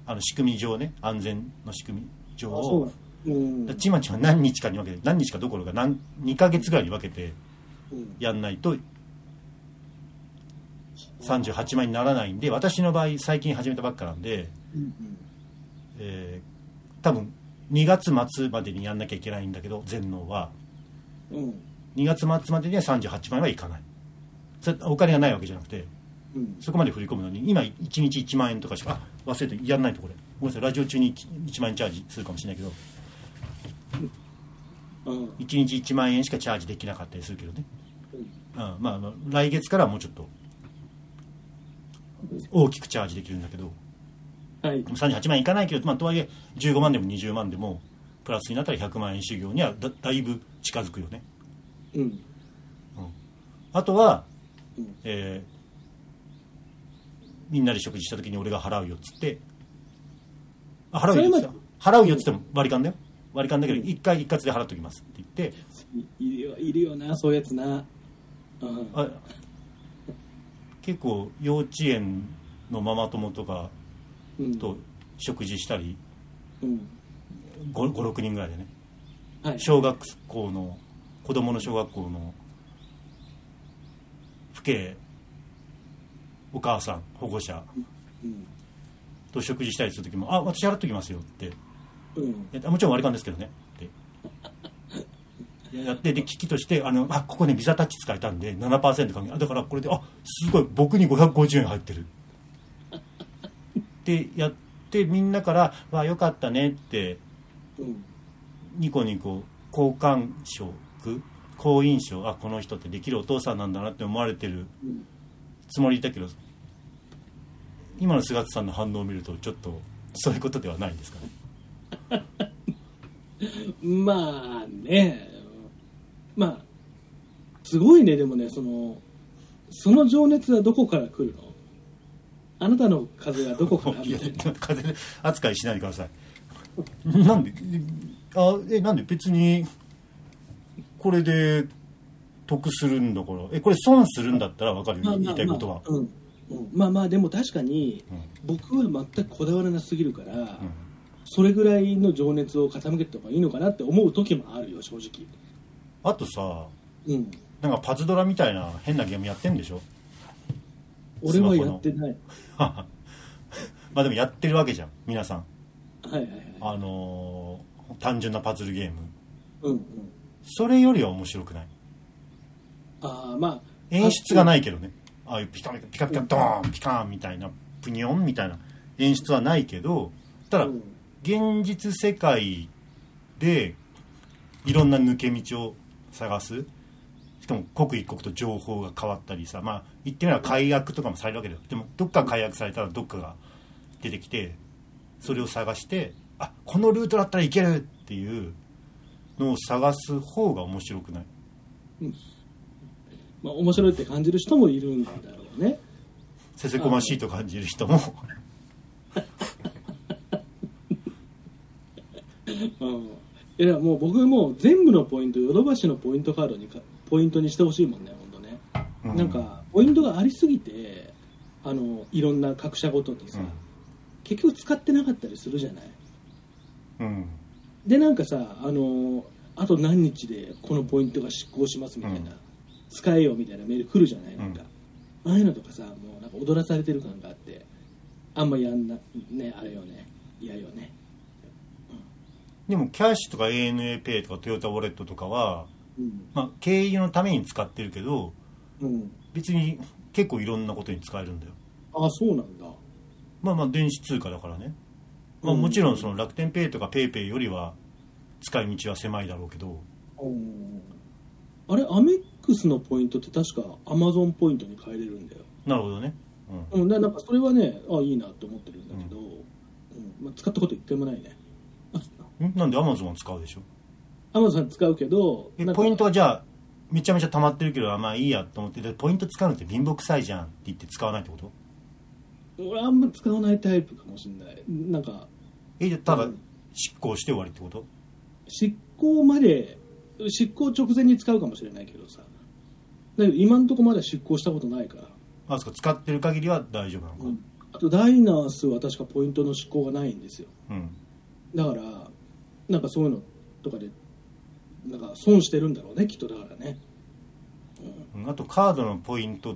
Speaker 1: あの仕組み上ね安全の仕組み上
Speaker 2: あそう
Speaker 1: を
Speaker 2: だうん
Speaker 1: だからちまちま何日かに分けて何日かどころか何2ヶ月ぐらいに分けて
Speaker 2: うん
Speaker 1: やんないと38万にならないんで私の場合最近始めたばっかなんで、
Speaker 2: うん
Speaker 1: えー多分2月末までにやんなきゃいけないんだけど全能は
Speaker 2: うんうん
Speaker 1: 2月末までには38万円はいかないそれお金がないわけじゃなくて
Speaker 2: うん
Speaker 1: そこまで振り込むのに今1日1万円とかしかあ忘れてやんないとこれごめんなさいラジオ中に 1, 万円チャージするかもしれないけど
Speaker 2: うん
Speaker 1: 1日1万円しかチャージできなかったりするけどね、うんまあまあ来月からはもうちょっと大きくチャージできるんだけど
Speaker 2: はい
Speaker 1: 38万円いかないけど、まあ、とはいえ15万でも20万でもプラスになったら100万円修行にはだだいぶ近づくよね
Speaker 2: うん
Speaker 1: あとは、
Speaker 2: うん
Speaker 1: えーみんなで食事した時に俺が払うよっつってあ払うよっつって
Speaker 2: それ
Speaker 1: 払うよっつっても割り勘だよ割り勘だけど
Speaker 2: うん
Speaker 1: 一回一括で払っときますって言って
Speaker 2: いいるよいるよなそういうやつなうん
Speaker 1: あ結構幼稚園のママ友とか
Speaker 2: うん
Speaker 1: と食事したり
Speaker 2: うん
Speaker 1: 56人ぐらいでね
Speaker 2: はい
Speaker 1: 小学校の子供の小学校の父兄お母さん保護者
Speaker 2: うん
Speaker 1: と食事したりする時も「あ私払っときますよ」って
Speaker 2: うん
Speaker 1: やってあもちろん割り勘ですけどね」って やってで危機としてあのあここねビザタッチ使えたんで7%還元あだからこれであすごい僕に550円入ってるってやってみんなから「わあよかったね」って
Speaker 2: うん
Speaker 1: ニコニコ好感触好印象あこの人ってできるお父さんなんだなって思われてる
Speaker 2: うん
Speaker 1: つもりだけど今の菅田さんの反応を見るとちょっとそういうことではないんですかね
Speaker 2: まあね、まあ、すごいね、でもね、その、その情熱はどこから来るのあなたの風はどこからみたいな。
Speaker 1: 風邪扱いしないでくださいなんであえなんで別にこれで得するんだからえこれ損するんだったら分かるよ言いたいことは、
Speaker 2: うんうんまあまあでも確かに
Speaker 1: うん
Speaker 2: 僕は全くこだわらなすぎるから、それぐらいの情熱を傾けた方がいいのかなって思う時もあるよ正直
Speaker 1: あとさ
Speaker 2: うん
Speaker 1: なんかパズドラみたいな変なゲームやってんでしょ
Speaker 2: 俺はやってない
Speaker 1: まあでもやってるわけじゃん皆さん
Speaker 2: はいはいはい
Speaker 1: あのー単純なパズルゲーム
Speaker 2: うんうん
Speaker 1: それよりは面白くない
Speaker 2: ああまあ
Speaker 1: 演出がないけどねああいうピカピカピカピカドーンピカーンみたいなプニョンみたいな演出はないけどただ
Speaker 2: うん
Speaker 1: 現実世界でいろんな抜け道を探すしかも刻一刻と情報が変わったりさまあ言ってみれば解約とかもされるわけだよでもどっか解約されたらどっかが出てきてそれを探してあこのルートだったらいけるっていうのを探す方が面白くない
Speaker 2: まあ、面白いって感じる人もいるんだろうね
Speaker 1: せせこましいと感じる人も
Speaker 2: うんいやもう僕もう全部のポイントヨドバシのポイントカードにかポイントにしてほしいもんね本当ね、
Speaker 1: うん
Speaker 2: なんかポイントがありすぎてあのいろんな各社ごとにさ、
Speaker 1: うん
Speaker 2: 結局使ってなかったりするじゃない
Speaker 1: うん
Speaker 2: でなんかさあのあと何日でこのポイントが失効しますみたいな、
Speaker 1: うん
Speaker 2: 使えよみたいなメール来るじゃないなんか、ああいうのとかさもうなんか踊らされてる感があってあんまやんなねあれよね嫌よね
Speaker 1: でもキャッシュとか ANAPay とかトヨタウォレットとかは、
Speaker 2: うん
Speaker 1: まあ、経由のために使ってるけど
Speaker 2: うん
Speaker 1: 別に結構いろんなことに使えるんだよ
Speaker 2: ああそうなんだ
Speaker 1: まあまあ電子通貨だからね、まあ、
Speaker 2: うん
Speaker 1: もちろんその楽天ペイとかペイペイよりは使い道は狭いだろうけど
Speaker 2: うんあれアメックスのポイントって確かアマゾンポイントに変えれるんだよ、
Speaker 1: なるほどね、うん、
Speaker 2: うん、だなんかそれはねあいいなって思ってるんだけど、うんまあ、使ったこと一回もないね
Speaker 1: んなんでアマゾンは使うでしょ
Speaker 2: アマゾン使うけど
Speaker 1: え
Speaker 2: なんか
Speaker 1: ポイントはじゃあめちゃめちゃ溜まってるけどあまあいいやと思ってでポイント使うのって貧乏くさいじゃんって言って使わないってこと
Speaker 2: 俺あんま使わないタイプかもしれないなんか
Speaker 1: えじゃあただ
Speaker 2: うん
Speaker 1: 執行して終わりってこと
Speaker 2: 執行まで執行直前に使うかもしれないけどさだけど今のところまだ執行したことないから、
Speaker 1: あそうか使ってる限りは大丈夫なのか
Speaker 2: あとダイナースは確かポイントの執行がないんですよ
Speaker 1: うん
Speaker 2: だからなんかそういうのとかでなんか損してるんだろうねきっとだからね
Speaker 1: うんあとカードのポイント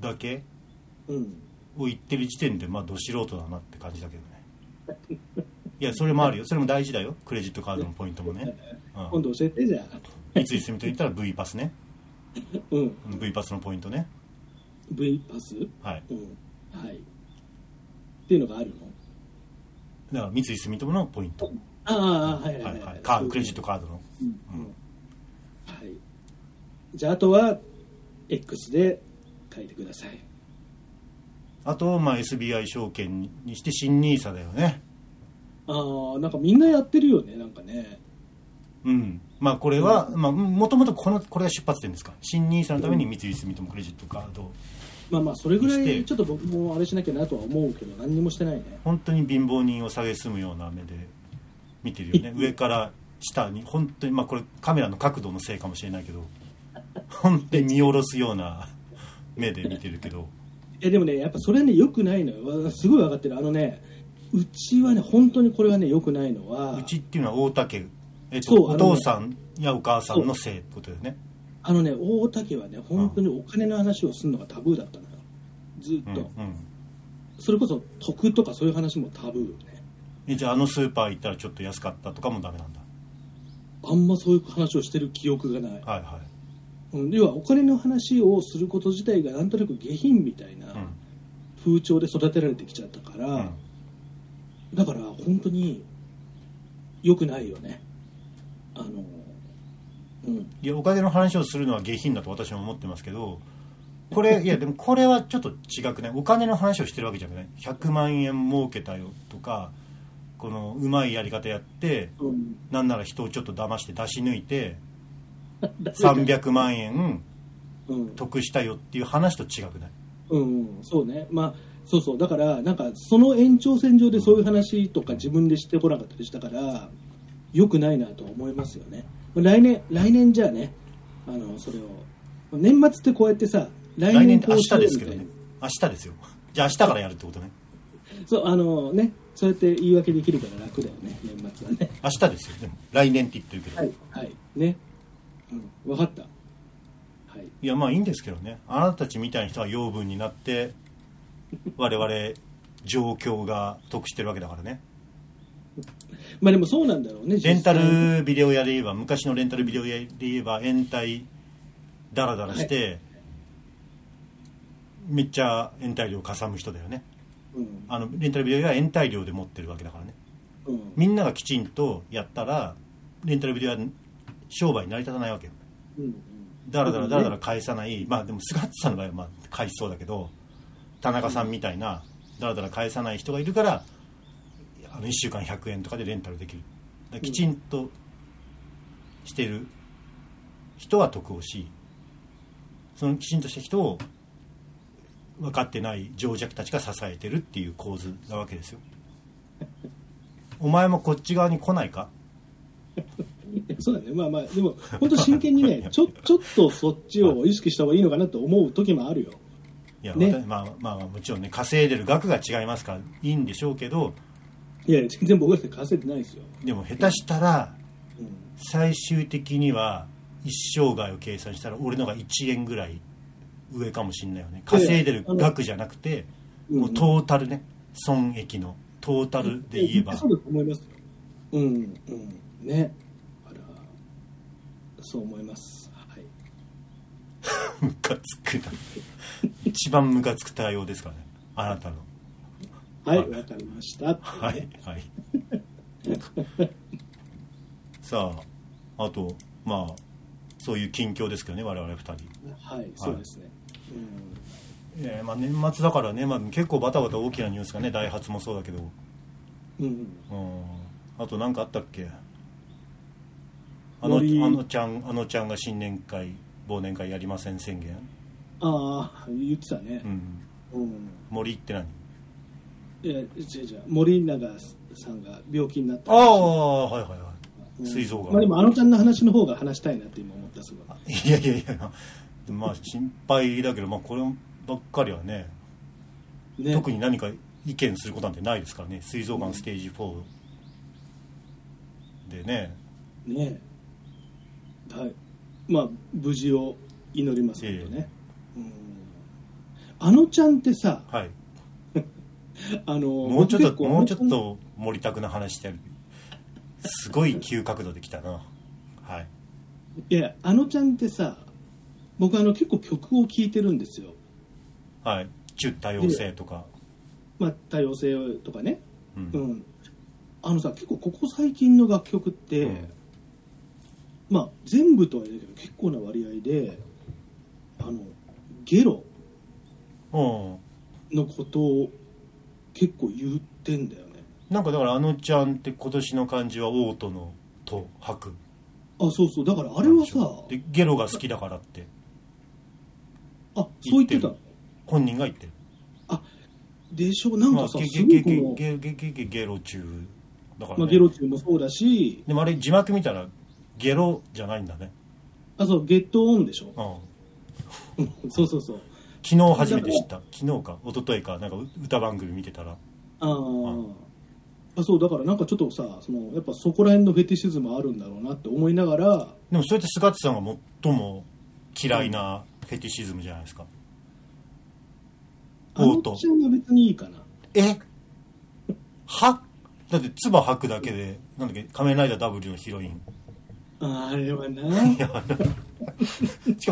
Speaker 1: だけ
Speaker 2: うん
Speaker 1: を言ってる時点でまあど素人だなって感じだけどね いやそれもあるよそれも大事だよクレジットカードのポイントもね、
Speaker 2: 今度教えてじゃあ
Speaker 1: うん、三井住友と言ったら V パスね
Speaker 2: うん
Speaker 1: うん V パスのポイントね
Speaker 2: V パスう
Speaker 1: はい
Speaker 2: んはいっていうのがあるの
Speaker 1: だから三井住友のポイント、
Speaker 2: ああはいは
Speaker 1: はいい
Speaker 2: は
Speaker 1: はいい、カードクレジットカードの
Speaker 2: うん
Speaker 1: うん
Speaker 2: はいじゃああとは X で書いてください
Speaker 1: あと、まあ、SBI 証券にして新 NISA だよね
Speaker 2: ああなんかみんなやってるよねなんかね
Speaker 1: うんまあこれは、まあ、もともとこのこれが出発点ですか新 NISA のために三井住友クレジットカード
Speaker 2: まあまあそれぐら
Speaker 1: して
Speaker 2: いちょっと僕もあれしなきゃなとは思うけど何にもしてないね
Speaker 1: 本当に貧乏人を蔑むような目で見てるよね上から下に本当にまあこれカメラの角度のせいかもしれないけど本当に見下ろすような目で見てるけ ど
Speaker 2: えでもねやっぱそれはね良くないのよわすごい分かってるあのねうちはね本当にこれはね良くないのは
Speaker 1: うちっていうのは大竹、えっと、
Speaker 2: そうあ
Speaker 1: お
Speaker 2: の
Speaker 1: 父
Speaker 2: ね
Speaker 1: さんやお母さんのせいってことだよね
Speaker 2: あのね大竹はね本当にお金の話をするのがタブーだったのよず
Speaker 1: う
Speaker 2: っ
Speaker 1: ん、う
Speaker 2: と、
Speaker 1: ん、
Speaker 2: それこそ得とかそういう話もタブーよね
Speaker 1: えじゃああのスーパー行ったらちょっと安かったとかもダメなんだ
Speaker 2: あんまそういう話をしてる記憶がない、
Speaker 1: はいはい
Speaker 2: うん、要はお金の話をすること自体がなんとなく下品みたいな
Speaker 1: うん
Speaker 2: 風潮で育てられてきちゃったから、
Speaker 1: うん
Speaker 2: だから本当に良くないよねあのうん
Speaker 1: いやお金の話をするのは下品だと私も思ってますけどこれいやでもこれはちょっと違くないお金の話をしてるわけじゃない100万円儲けたよとかこのうまいやり方やって
Speaker 2: うん
Speaker 1: なんなら人をちょっと騙して出し抜いて
Speaker 2: だ
Speaker 1: 300万円
Speaker 2: うん、
Speaker 1: 得したよっていう話と違くない
Speaker 2: うんうん、そうね、まあ、そうそうだからなんかその延長線上でそういう話とか自分で知ってこなかったりしたから良くないなとは思いますよねまあ来年来年じゃあねあのそれをまあ年末ってこうやってさ来
Speaker 1: 来年って
Speaker 2: こ
Speaker 1: 明
Speaker 2: う
Speaker 1: 日
Speaker 2: しよう
Speaker 1: で
Speaker 2: み
Speaker 1: す
Speaker 2: た
Speaker 1: け
Speaker 2: い
Speaker 1: ど
Speaker 2: な
Speaker 1: ね明日ですよじゃあ明日からやるってことね
Speaker 2: そうあのねそうやって言い訳できるから楽だよね年末はね
Speaker 1: 明日ですよでも来年って言ってるけど、
Speaker 2: はいはいね、うん、分かったはい
Speaker 1: いやまあいいんですけどねあなたたちみたいな人は養分になって我々状況が得してるわけだからね
Speaker 2: まあでもそうなんだろうね
Speaker 1: レンタ
Speaker 2: 実際
Speaker 1: ルビデオ屋で言えば昔のレンタルビデオ屋で言えば延滞ダラダラして、めっちゃ延滞料かさむ人だよね
Speaker 2: うん
Speaker 1: あのレンタルビデオ屋は延滞料で持ってるわけだからね
Speaker 2: うん
Speaker 1: みんながきちんとやったらレンタルビデオ屋商売に成り立たないわけよ
Speaker 2: うんうん
Speaker 1: だらだらだらだら返さない、まあでも菅畑さんの場合はまあ返しそうだけど田中さんみたいなだらだら返さない人がいるからあの1週間100円とかでレンタルできるだからきちんとしてる人は得をしそのきちんとした人を分かってない情弱たちが支えてるっていう構図なわけ ですよお前もこっち側に来ないか
Speaker 2: いやそうだねまあまあでも本当真剣 にねちょちょっとそっちを意識した方がいいのかなと思う時もあるよ
Speaker 1: いや、
Speaker 2: ね
Speaker 1: わたまあまあまあもちろんね稼いでる額が違いますからいいんでしょうけど
Speaker 2: いやいや全然僕だって稼いでないですよ、
Speaker 1: でも下手したら
Speaker 2: うん
Speaker 1: 最終的には一生涯を計算したら俺のが1円ぐらい上かもしんないよね稼いでる額じゃなくて
Speaker 2: うん
Speaker 1: もうトータルね損益のトータルで言えば
Speaker 2: そうだと思いますようんうんねあらそう思いますはい
Speaker 1: ムカつくな一番ムカつく対応ですからねあなたの
Speaker 2: はい
Speaker 1: はい
Speaker 2: わ、かりました
Speaker 1: はいはい さああとまあそういう近況ですけどね我々2人
Speaker 2: はいそうですね、うん
Speaker 1: えーまあ、年末だからね、まあ、結構バタバタ大きなニュースがねダイハツもそうだけど
Speaker 2: うん、
Speaker 1: うんあと何かあったっけあのあ
Speaker 2: 森
Speaker 1: のちゃんあのちゃんが新年会忘年会やりません宣言、
Speaker 2: ああ言ってたね
Speaker 1: う、ん、
Speaker 2: うん
Speaker 1: 森って何
Speaker 2: いや違う違う森永さんが病気になった
Speaker 1: ああはいはいは
Speaker 2: うん
Speaker 1: 膵臓がん
Speaker 2: まあ、でもあのちゃんの話の方が話したいなって今思ったすごい
Speaker 1: いいやいやいやまあ心配だけど、まあ、こればっかりはね
Speaker 2: ね
Speaker 1: 特に何か意見することなんてないですからね膵臓がんステージ4でね
Speaker 2: ねはいまあ無事を祈りますけどね、うんあのちゃんってさ
Speaker 1: はい
Speaker 2: あの
Speaker 1: もうちょっ
Speaker 2: 僕結
Speaker 1: と
Speaker 2: 構
Speaker 1: もうちょっと盛りたくな話してやるすごい急角度できたなはい
Speaker 2: いやあのちゃんってさ僕あの結構曲を聴いてるんですよ
Speaker 1: はい中多様性とか
Speaker 2: まあ多様性とかね
Speaker 1: う
Speaker 2: うんんあのさ結構ここ最近の楽曲って、
Speaker 1: うん
Speaker 2: まあ全部とは言えないけど結構な割合であのゲロ
Speaker 1: うん
Speaker 2: のことを結構言ってんだよね
Speaker 1: なんかだからあのちゃんって今年の漢字は王との「と」「吐く」
Speaker 2: あそうそうだからあれはさ
Speaker 1: でゲロが好きだからって
Speaker 2: あそう言ってた
Speaker 1: 言本人が言ってる
Speaker 2: でしょなん
Speaker 1: まあ
Speaker 2: かさ
Speaker 1: ゲ
Speaker 2: す
Speaker 1: ゲ
Speaker 2: ご
Speaker 1: ゲ
Speaker 2: いこ
Speaker 1: ゲ
Speaker 2: の、
Speaker 1: ゲゲゲゲゲロ中だから、ね
Speaker 2: まあ、ゲロ中もそうだし
Speaker 1: でもあれ字幕見たらゲロじゃないんだね
Speaker 2: あそうゲットオンでしょ
Speaker 1: うん
Speaker 2: うんそうそうそう
Speaker 1: 昨日初めて知った昨日か一昨日かなんか歌番組見てたら
Speaker 2: あーあそうだからなんかちょっとさそのやっぱそこら辺のフェティシズムあるんだろうなって思いながら
Speaker 1: でもそれって菅田さんが最も嫌いなフェティシズムじゃないですか、
Speaker 2: あ
Speaker 1: お
Speaker 2: の
Speaker 1: うと
Speaker 2: ちゃんは別にいいかな
Speaker 1: えはだって唾吐くだけでなんだっけ仮面ライダー W のヒロイン
Speaker 2: あれはな
Speaker 1: しか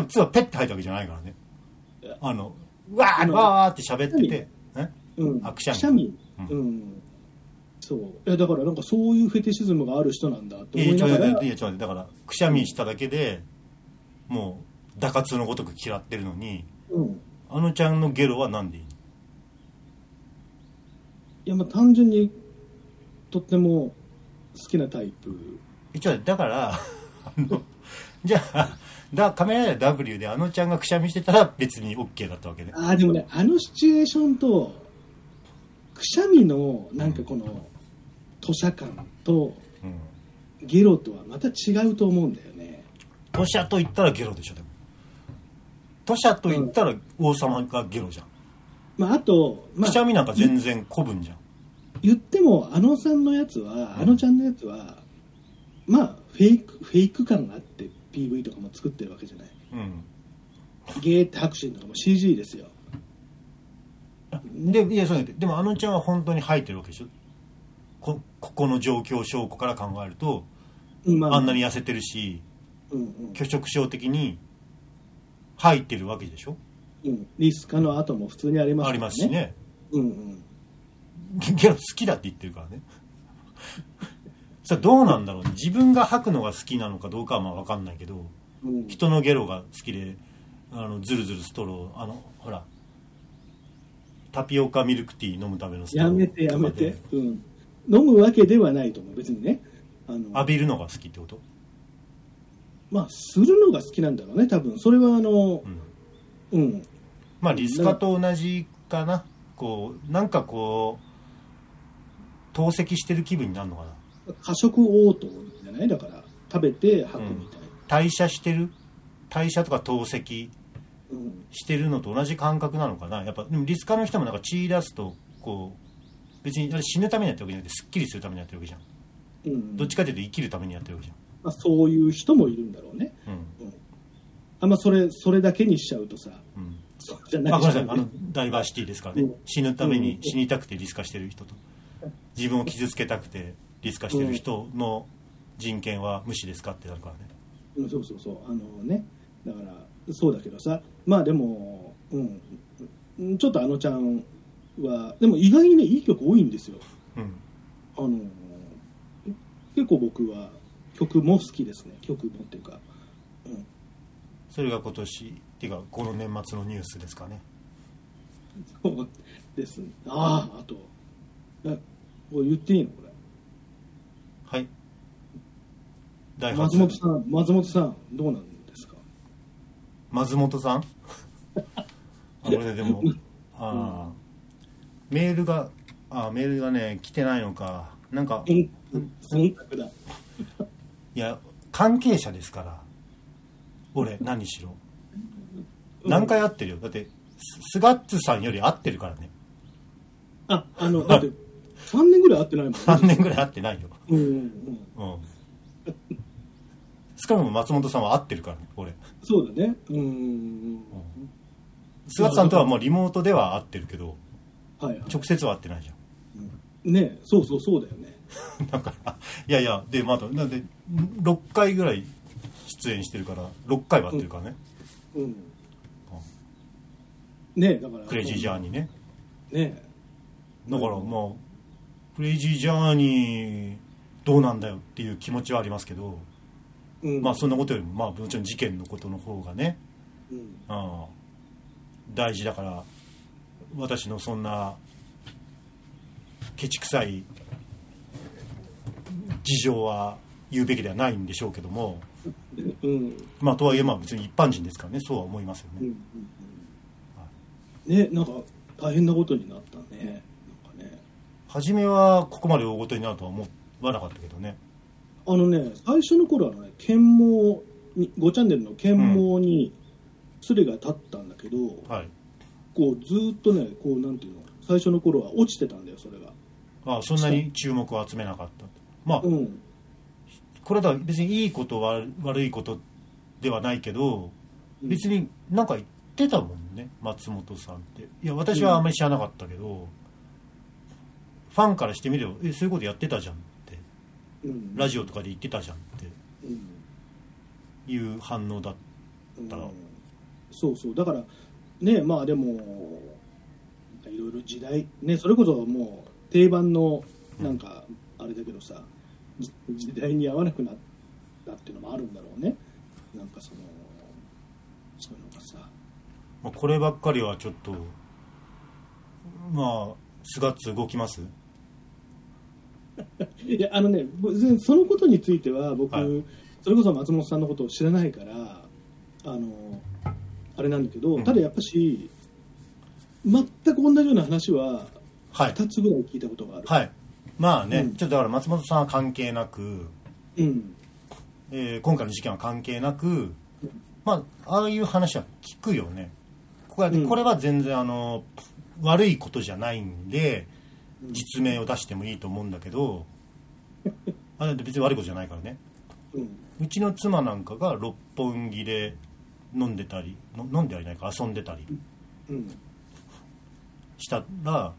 Speaker 1: も唾ペッて吐いたわけじゃないからねあのうわ
Speaker 2: あ
Speaker 1: ー
Speaker 2: の
Speaker 1: わーって喋っててえ
Speaker 2: うん
Speaker 1: あくしゃみ
Speaker 2: うん、そういやだからなんかそういうフェティシズムがある人なんだと
Speaker 1: いや
Speaker 2: 思い
Speaker 1: ちょ
Speaker 2: な
Speaker 1: っと
Speaker 2: が
Speaker 1: 待っ
Speaker 2: ら
Speaker 1: ていやちょっと待ってだからくしゃみしただけでもう打滑のごとく嫌ってるのに
Speaker 2: うん
Speaker 1: あのちゃんのゲロはなんでいいの
Speaker 2: いやまあ単純にとっても好きなタイプ
Speaker 1: 一応だから あのじゃあだ仮面ライダー W であのちゃんがくしゃみしてたら別に OK だったわけね
Speaker 2: ああでもねあのシチュエーションとくしゃみのなんかこの吐砂感と
Speaker 1: うん
Speaker 2: ゲロとはまた違うと思うんだよね
Speaker 1: 土砂と言ったらゲロでしょでも土砂と言ったら王様がゲロじゃん、
Speaker 2: まああと、まあ
Speaker 1: くし、ゃみなんか全然古文じゃん
Speaker 2: 言ってもあのさんのやつはあのちゃんのやつはまあフェイクフェイク感があって PV とかも作ってるわけじゃない
Speaker 1: うん
Speaker 2: ゲーって拍手とかも CG ですよ
Speaker 1: でいやそうやってでもあのちゃんは本当に吐いてるわけでしょこここの状況証拠から考えると
Speaker 2: ま
Speaker 1: あんなに痩せてるし
Speaker 2: うんうん
Speaker 1: 拒食症的に吐いてるわけでしょ
Speaker 2: うん、リスカの後も普通にあります
Speaker 1: ありますしね
Speaker 2: うんうん
Speaker 1: ゲロ好きだって言ってるからね さあどうなんだろうね自分が吐くのが好きなのかどうかはまあ分かんないけど
Speaker 2: うん
Speaker 1: 人のゲロが好きであのズルズルストローあのほらタピオカミルクティー飲むためのストロ
Speaker 2: や
Speaker 1: ー
Speaker 2: めてやめ
Speaker 1: と
Speaker 2: て
Speaker 1: か、
Speaker 2: うん、飲むわけではないと思う別にねあ
Speaker 1: で
Speaker 2: の
Speaker 1: 浴びるのが好きってこと、
Speaker 2: まあするのが好きなんだろうね多分それはあの
Speaker 1: うん、
Speaker 2: うん
Speaker 1: まあリスカと同じかなこうなんかこう透析してる気分になるのかな
Speaker 2: 過食応答じゃないだから食べて吐くみたいな、
Speaker 1: 代謝してる代謝とか透析
Speaker 2: うん
Speaker 1: してるのと同じ感覚なのかなやっぱでもリスカの人もなんか血出すとこう別にあれ死ぬためにやってるわけじゃなくてすっきりするためにやってるわけじゃん
Speaker 2: うん
Speaker 1: どっちかというと生きるためにやってるわけじ
Speaker 2: まあ、そういう人もいるんだろうね
Speaker 1: ゃんうん
Speaker 2: あんまそれそれだけにしちゃうとさ
Speaker 1: うん
Speaker 2: そうじゃ
Speaker 1: あ
Speaker 2: な
Speaker 1: ごめんなさ
Speaker 2: くて、
Speaker 1: いあのダイバーシティですからね、
Speaker 2: うん
Speaker 1: 死ぬために
Speaker 2: うん
Speaker 1: 死にたくてリスカしてる人と自分を傷つけたくてリスカしてる人の人権は無視ですかってなるからね
Speaker 2: うんそうそうそうあのねだからそうだけどさまあでもうんうんちょっとあのちゃんはでも意外にねいい曲多いんですよ
Speaker 1: うん
Speaker 2: あの結構僕は曲も好きですね曲もっていうか、うん、
Speaker 1: それが今年っていうかこの年末のニュースですかね
Speaker 2: そうですねあああとあこれ言っていいのこれ
Speaker 1: はい第
Speaker 2: 松
Speaker 1: 8
Speaker 2: 本さん松本さんどうなんですか
Speaker 1: 松本さん あ俺ねでもあーメールがあーメールがね来てないのかなんか
Speaker 2: う
Speaker 1: い
Speaker 2: ん忖度だ
Speaker 1: や関係者ですから俺何しろ何回会ってるよだってススガッツさんより会ってるからね
Speaker 2: ああのだって3年ぐらい会ってないもん、ね、
Speaker 1: 3年ぐらい会ってないよ
Speaker 2: うんうんうん
Speaker 1: うん しかも松本さんは会ってるからね俺
Speaker 2: そうだねうんうん
Speaker 1: スガッツさんとはもうリモートでは会ってるけど
Speaker 2: うんはいはい
Speaker 1: 直接は会ってないじゃん
Speaker 2: ねそうそうそうだよね
Speaker 1: だから、いやいや、で、まだ、なんで、6回ぐらい出演してるから、6回は会ってるからね、
Speaker 2: うんねだから
Speaker 1: クレイジージャー
Speaker 2: ニ
Speaker 1: ニーね。
Speaker 2: ーね
Speaker 1: だから、まあ、クレイジージャーニー、どうなんだよっていう気持ちはありますけど、
Speaker 2: うん
Speaker 1: まあ、そんなことよりも、まあ、もちろん事件のことの方がね、
Speaker 2: うん
Speaker 1: うん、大事だから、私のそんな、ケチくさい事情は言うべきではないんでしょうけども、
Speaker 2: うんうん
Speaker 1: まあ、とはいえ、まあ、別に一般人ですからね、そうは思いますよ
Speaker 2: うんう
Speaker 1: ね。
Speaker 2: んねなんか大変なことになったねなんかね
Speaker 1: 初めはここまで大ごとになるとは思わなかったけどね。
Speaker 2: あのね最初の頃はね剣網に5チャンネルの剣網にスレが立ったんだけど、
Speaker 1: はい。
Speaker 2: こうずーっとねこうなんていうの最初の頃は落ちてたんだよそれが
Speaker 1: ああそんなに注目を集めなかった。まあ
Speaker 2: う、ん
Speaker 1: これだ別にいいことは悪いことではないけど、別になんか言ってたもんね、松本さんって。いや、私はあんまり知らなかったけど、ファンからしてみれば、え、そういうことやってたじゃんって、
Speaker 2: うん
Speaker 1: ラジオとかで言ってたじゃんっ
Speaker 2: うん
Speaker 1: ていう反応だっ
Speaker 2: うん
Speaker 1: たら
Speaker 2: そうそうだからねまあでもいろいろ時代ねそれこそもう定番のなんかあれだけどさ、じ時代に合わなくなったっていうのもあるんだろうねなんかそのそういうのがさ
Speaker 1: まあ、こればっかりはちょっとまあスガッツ動きます
Speaker 2: いやあのね僕全そのことについては僕、
Speaker 1: はい
Speaker 2: それこそ松本さんのことを知らないからあのあれなんだけど、
Speaker 1: うん
Speaker 2: ただやっぱし全く同じような話は
Speaker 1: はい
Speaker 2: 2つぐらい聞いたことがある、
Speaker 1: はいまあね、
Speaker 2: うん
Speaker 1: ちょっとだから松本さんは関係なく、
Speaker 2: うん
Speaker 1: えー今回の事件は関係なくまあああいう話は聞くよねこれ,、
Speaker 2: うん
Speaker 1: これは全然あの悪いことじゃないんで実名を出してもいいと思うんだけどあだって別に悪いことじゃないからね
Speaker 2: うん
Speaker 1: うちの妻なんかが六本木で飲んでたりの飲んではいないか遊んでたり
Speaker 2: うん
Speaker 1: したら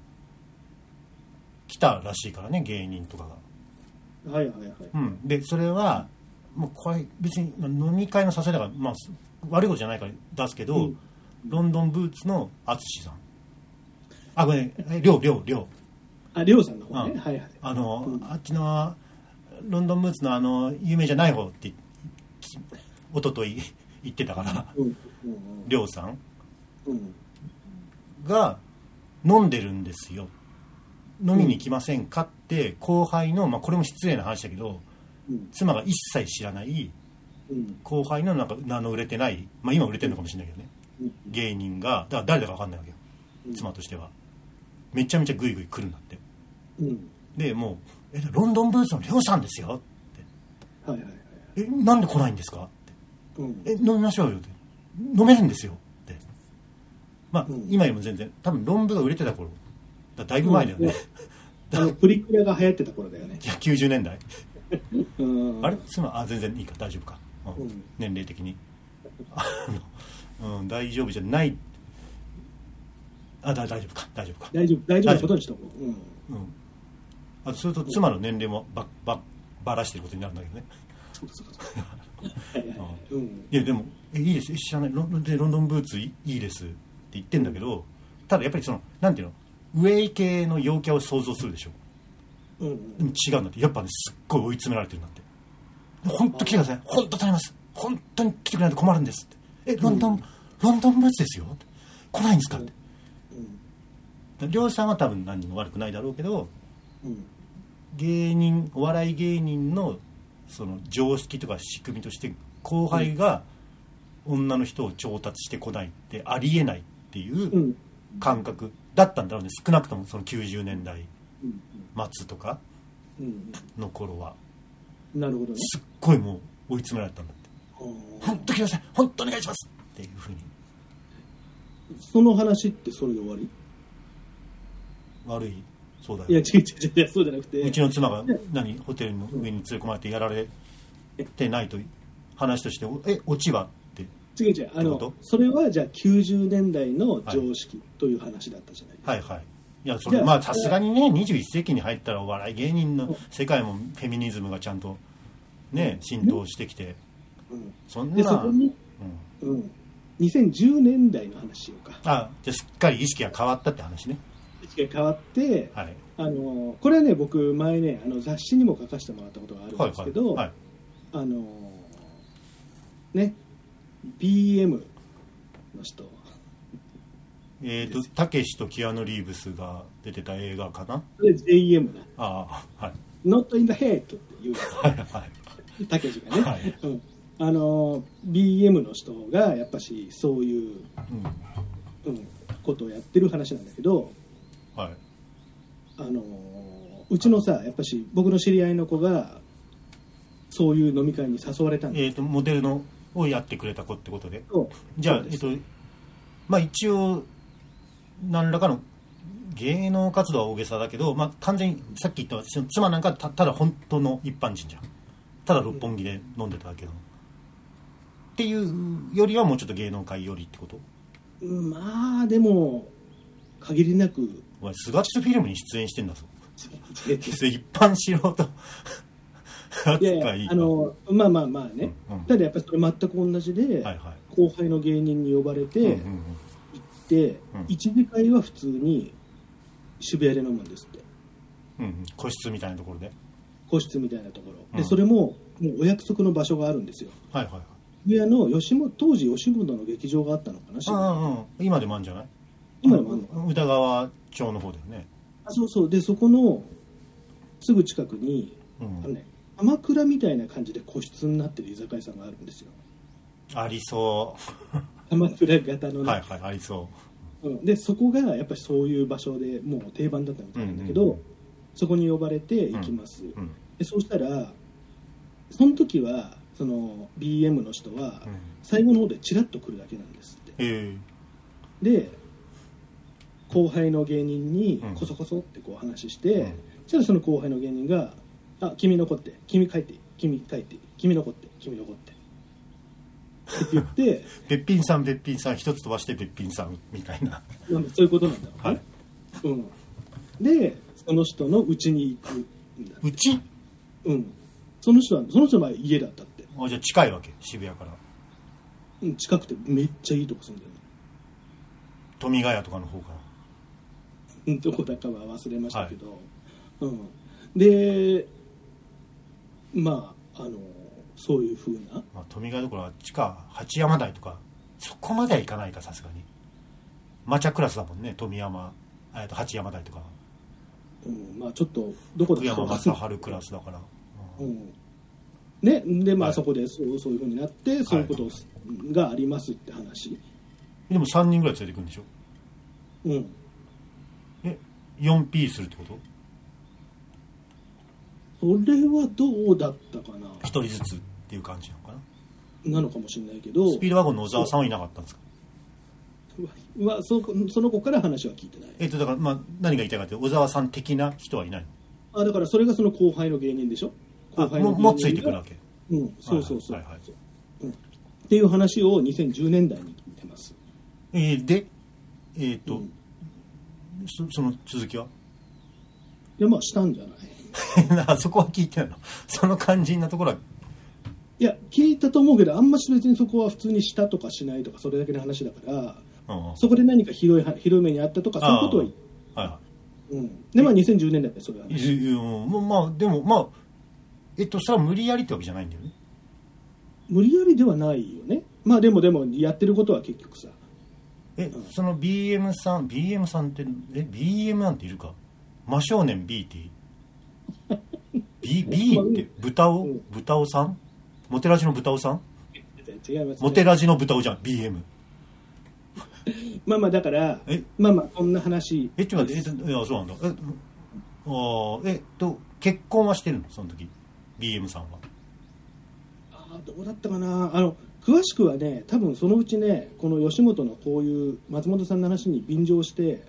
Speaker 1: 来たらしいからね芸人とかが、
Speaker 2: はいはいはい
Speaker 1: うん、でそれはもうこれ別にまあ飲み会の誘いだから、まあ、す悪いことじゃないから出すけど、
Speaker 2: うん
Speaker 1: ロンドンブーツの淳さんあごめんえりょうりょうりょう
Speaker 2: ありょうさんの方ね、
Speaker 1: うん
Speaker 2: はいはい
Speaker 1: あの、
Speaker 2: うん
Speaker 1: あっちのロンドンブーツのあの有名じゃない方ってきおととい 言ってたから
Speaker 2: うん
Speaker 1: りょうさん
Speaker 2: うんうん
Speaker 1: が飲んでるんですよ飲みに来ませんかって後輩の、まあ、これも失礼な話だけど
Speaker 2: うん
Speaker 1: 妻が一切知らない
Speaker 2: うん
Speaker 1: 後輩のなんか名の売れてない、まあ、今売れてるのかもしれないけどね
Speaker 2: うん
Speaker 1: 芸人がだから誰だか分かんないわけよ
Speaker 2: うん
Speaker 1: 妻としてはめちゃめちゃグイグイ来るんだって
Speaker 2: うん
Speaker 1: でもう「えロンドンブーツのりょうさんですよ」
Speaker 2: はいはいはい
Speaker 1: って「えなんで来ないんですか?」って
Speaker 2: うん
Speaker 1: え飲みましょうよって飲めるんですよってまあ、
Speaker 2: うん
Speaker 1: 今よりも全然多分論文が売れてた頃だだいぶ前だよね、
Speaker 2: うん あのプリクラが流行ってた頃だよね
Speaker 1: いや90年代、
Speaker 2: うん
Speaker 1: あれすまあ全然いいか大丈夫か、うん
Speaker 2: うん
Speaker 1: 年齢的にあの、うん、大丈夫じゃないあだ大丈夫か大丈夫か、
Speaker 2: 大丈夫大丈夫なことにしとこう、うん、
Speaker 1: うん、あとすると妻の年齢もばばばらしてることになるんだけどね
Speaker 2: そうかそうかそうかは いはいはいうん
Speaker 1: いやでも「えいいですえ知らないロンドンでロンドンブーツいいいです」って言ってんだけどただやっぱりそのなんていうのウェイ系の陽キャを想像するでしょ
Speaker 2: うん
Speaker 1: でも違うんだってやっぱねすっごい追い詰められてるんだって本当来てください本当頼みます本当に来てくれないと困るんですってえロンドン、ロンドンブーツですよって来ないんですかって
Speaker 2: うん
Speaker 1: 両さんは多分何にも悪くないだろうけど
Speaker 2: うん
Speaker 1: 芸人お笑い芸人のその常識とか仕組みとして後輩が女の人を調達してこないってありえないっていううん感覚だったんだろうね少なくともその90年代
Speaker 2: うん
Speaker 1: 末とか
Speaker 2: うん
Speaker 1: の頃は
Speaker 2: うんなるほどね
Speaker 1: すっごいもう追い詰められたんだって「
Speaker 2: あ
Speaker 1: 本当来てください本当お願いします!」っていうふうに
Speaker 2: ーその話ってそれで終わり
Speaker 1: 悪いそうだ
Speaker 2: いや
Speaker 1: よ
Speaker 2: 違う違う違うそうじゃなくて
Speaker 1: うちの妻が何ホテルの上に連れ込まれてやられてないと話として「えオチは?」って
Speaker 2: 違う違うあ
Speaker 1: ってこ
Speaker 2: の
Speaker 1: と
Speaker 2: それはじゃあ90年代の常識という話だったじゃないですか、
Speaker 1: はいはいいやそれ
Speaker 2: じゃあ
Speaker 1: まあさすがにね21世紀に入ったらお笑い芸人の世界もフェミニズムがちゃんとね浸透してきてそん
Speaker 2: うん、
Speaker 1: な
Speaker 2: でそこに、
Speaker 1: うん
Speaker 2: うん、2010年代の話しようか
Speaker 1: あじゃあすっかり意識が変わったって話ね
Speaker 2: が変わって
Speaker 1: はい
Speaker 2: あのこれはね僕前ねあの雑誌にも書かせてもらったことがあるん
Speaker 1: はい
Speaker 2: です
Speaker 1: は
Speaker 2: け
Speaker 1: い
Speaker 2: ど、
Speaker 1: はい
Speaker 2: あのね BM の人
Speaker 1: えっ、とたけしとキアヌ・リーブスが出てた映画かな
Speaker 2: それ JM だ
Speaker 1: ああはい
Speaker 2: 「Not in the Head」っていうや
Speaker 1: はいはい
Speaker 2: つたけしがね、
Speaker 1: はい
Speaker 2: うん、あの BM の人がやっぱしそういう、
Speaker 1: うん
Speaker 2: うん、ことをやってる話なんだけど
Speaker 1: はい
Speaker 2: あのうちのさやっぱし僕の知り合いの子がそういう飲み会に誘われたんだ
Speaker 1: えっ、とモデルのをやってくれた子ってことで
Speaker 2: けど
Speaker 1: じゃあ
Speaker 2: そう、
Speaker 1: え
Speaker 2: で
Speaker 1: っ
Speaker 2: す
Speaker 1: と、まあ一応、何らかの芸能活動は大げさだけど、まあ完全に、さっき言ったその妻なんかたただ本当の一般人じゃん。ただ六本木で飲んでただけど。っていうよりはもうちょっと芸能界よりってこと
Speaker 2: まあでも限りなく
Speaker 1: お前、スガッツフィルムに出演してんだぞ。
Speaker 2: 違う違う
Speaker 1: それ一般素人
Speaker 2: い
Speaker 1: 扱
Speaker 2: や
Speaker 1: い
Speaker 2: いやあのまあまあまあね、
Speaker 1: うんうん
Speaker 2: ただやっぱりそれ全く同じで、
Speaker 1: はいは
Speaker 2: 後輩の芸人に呼ばれて
Speaker 1: い。うん
Speaker 2: 行
Speaker 1: うんうん
Speaker 2: って、
Speaker 1: うん
Speaker 2: 一次会は普通に渋谷で飲むんですって
Speaker 1: うんうん個室みたいなところで。
Speaker 2: 個室みたいなところ、
Speaker 1: う
Speaker 2: で
Speaker 1: ん
Speaker 2: それももうお約束の場所があるんですよ
Speaker 1: はいはいはい。
Speaker 2: 渋谷の吉本当時吉本の劇場があったのかな
Speaker 1: う
Speaker 2: 渋谷
Speaker 1: んうんうん。今でもあるんじゃない
Speaker 2: 今でもあんのか
Speaker 1: 宇田川町の方だよね。
Speaker 2: あそうそうでそこのすぐ近くに
Speaker 1: う
Speaker 2: あ
Speaker 1: ん
Speaker 2: の、ね鎌倉みたいな感じで個室になってる居酒屋さんがあるんですよ
Speaker 1: ありそ
Speaker 2: 鎌倉型の
Speaker 1: う。
Speaker 2: ね、
Speaker 1: はいはい、ありそ
Speaker 2: うん、でそこがやっぱりそういう場所でもう定番だったみたいなんだけど、
Speaker 1: うんうんうん
Speaker 2: そこに呼ばれて行きます、
Speaker 1: うん
Speaker 2: でそうしたらその時はその BM の人は
Speaker 1: うん
Speaker 2: 最後の方でチラッと来るだけなんですって
Speaker 1: え
Speaker 2: で後輩の芸人に
Speaker 1: うん
Speaker 2: こそこそってこう話して、
Speaker 1: うん
Speaker 2: じゃあその後輩の芸人が「あ君残って君帰って君帰って君残って君残って」って言って、
Speaker 1: ー、べっぴんさんべっぴんさん一つ飛ばしてべっぴんさんみたいな
Speaker 2: まあ、そういうことなんだろうね、
Speaker 1: はい
Speaker 2: うん、でその人の家に行くんだ、
Speaker 1: うち
Speaker 2: うん、その人はその人の場合家だったって、
Speaker 1: あじゃあ近いわけ渋谷から
Speaker 2: うん、近くてめっちゃいいとこ住んでる
Speaker 1: 富ヶ谷とかの方から
Speaker 2: うんどこだかは忘れましたけど、うん、でまああのそういうふうな
Speaker 1: まあ、富ヶ谷どころは地下八山台とかそこまでは行かないかさすがにマチャクラスだもんね富山えっと八山台とか
Speaker 2: うん、まあちょっとどこだ
Speaker 1: 福
Speaker 2: か
Speaker 1: 山
Speaker 2: は
Speaker 1: 雅治クラスだから、
Speaker 2: う
Speaker 1: うん
Speaker 2: んねでま
Speaker 1: は
Speaker 2: あ
Speaker 1: い
Speaker 2: そこでそうそういうふうになってそういうことをすがありますって話、
Speaker 1: でも3人ぐらい連れてくんでしょ
Speaker 2: うん、
Speaker 1: え 4P するってこと
Speaker 2: それはどうだったかな
Speaker 1: 1人ずつっていう感じなのかな
Speaker 2: なのかもしれないけど
Speaker 1: スピードワゴンの小沢さんはいなかったんですか
Speaker 2: はそその子から話は聞いてない
Speaker 1: えっとだからまあ何が言いたいかって小沢さん的な人はいない
Speaker 2: あだからそれがその後輩の芸人でしょ
Speaker 1: の
Speaker 2: 後
Speaker 1: あ
Speaker 2: 輩
Speaker 1: もう
Speaker 2: の芸人
Speaker 1: もうついてくるわ
Speaker 2: が
Speaker 1: け
Speaker 2: うんそうそうそう、
Speaker 1: はいはいはい
Speaker 2: うん、っていう話を2010年代に聞いてます
Speaker 1: えーでえーっと、
Speaker 2: うん
Speaker 1: そその続きは
Speaker 2: いやまあしたんじゃない
Speaker 1: あそこは聞いてないのその肝心なところはい
Speaker 2: や聞いたと思うけどあんまし別にそこは普通にしたとかしないとかそれだけの話だから
Speaker 1: うんうん
Speaker 2: そこで何か広いは広い目にあったとかそういうことは言っ
Speaker 1: はいは
Speaker 2: うん、でまあ2010年代でそれは、
Speaker 1: い
Speaker 2: ね、
Speaker 1: いやもうまあでもまあえっとそれは無理やりってわけじゃないんだよね
Speaker 2: 無理やりではないよねまあでもでもやってることは結局さ
Speaker 1: えその BM さん BM さんってえ BM なんているか真少年 B って B, B って豚
Speaker 2: う
Speaker 1: を
Speaker 2: ん
Speaker 1: 豚尾さんモテラジの豚尾さん
Speaker 2: 違います、ね、
Speaker 1: モテラジの豚尾じゃん BM
Speaker 2: まあまあだから
Speaker 1: え
Speaker 2: まあまあそんな話
Speaker 1: えちょっと待ってえっといやそうなんだえうんあーえっと結婚はしてるのその時 BM さんは
Speaker 2: あーどうだったかなあの詳しくはね多分そのうちねこの吉本のこういう松本さんの話に便乗して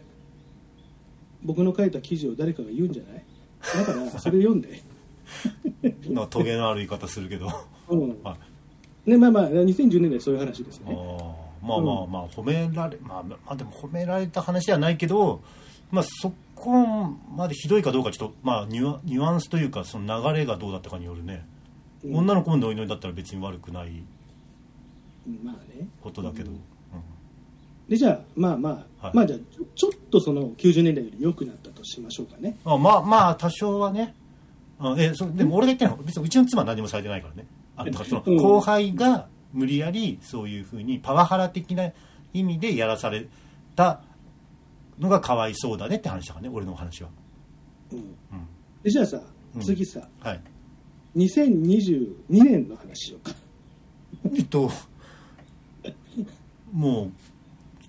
Speaker 2: 僕の書いた記事を誰かが言うんじゃないだからそれ読 んで
Speaker 1: なんかトゲのある言い方するけど
Speaker 2: うん
Speaker 1: はい
Speaker 2: ねまあまあ2010年代そういう話です
Speaker 1: あ
Speaker 2: ね
Speaker 1: ーまあまあまあ褒められ、まあ、まあでも褒められた話ではないけど、まあ、そこまでひどいかどうかちょっと、まあ、ニュアニュアンスというかその流れがどうだったかによるね、
Speaker 2: うん
Speaker 1: 女の子もノイノイだったら別に悪くない
Speaker 2: まあね
Speaker 1: ことだけど、
Speaker 2: う
Speaker 1: うんん
Speaker 2: でじゃあまあまあ、
Speaker 1: はい
Speaker 2: まあじゃあちょちょっとその90年代より良くなったとしましょうかね
Speaker 1: あまあまあ多少はねあえそでも俺が言ってるのは別にうちの妻は何もされてないからねあだからその
Speaker 2: うん
Speaker 1: 後輩が無理やりそういうふうにパワハラ的な意味でやらされたのがかわいそうだねって話だからね俺の話は。
Speaker 2: うん
Speaker 1: うん
Speaker 2: でじゃあさ
Speaker 1: うん
Speaker 2: 次さ、
Speaker 1: はい
Speaker 2: 2022年の話しようか
Speaker 1: えっと、もう、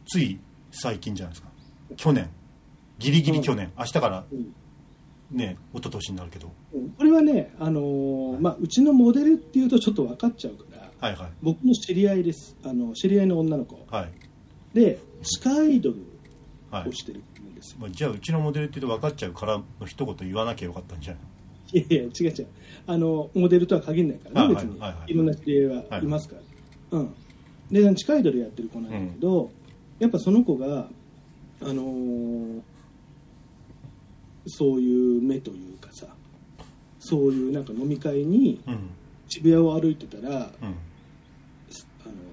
Speaker 1: つい最近じゃないですか。去年。ギリギリ去年。明日から
Speaker 2: うん
Speaker 1: ね、一昨年になるけど。
Speaker 2: うんこれはね、あのーまあ、うちのモデルっていうとちょっと分かっちゃうから
Speaker 1: はいはい。
Speaker 2: 僕の知り合いですあの知り合いの女の子
Speaker 1: はい。
Speaker 2: で地下アイドル
Speaker 1: はい
Speaker 2: を。してるんですよ、
Speaker 1: まあ、じゃあ、うちのモデルって言うと分かっちゃうからの一言言わなきゃよかったんじゃない
Speaker 2: い、やいや違う違うあのモデルとは限らないからね、
Speaker 1: はい
Speaker 2: 別に、
Speaker 1: はい
Speaker 2: い
Speaker 1: はい
Speaker 2: ろんな知り合いはいますから、うん、で地下アイドルやってる子なんだけど、やっぱその子が、あのーそういう目というかさそういうなんか飲み会に
Speaker 1: うん。
Speaker 2: 渋谷を歩いてたら、
Speaker 1: うん。
Speaker 2: あの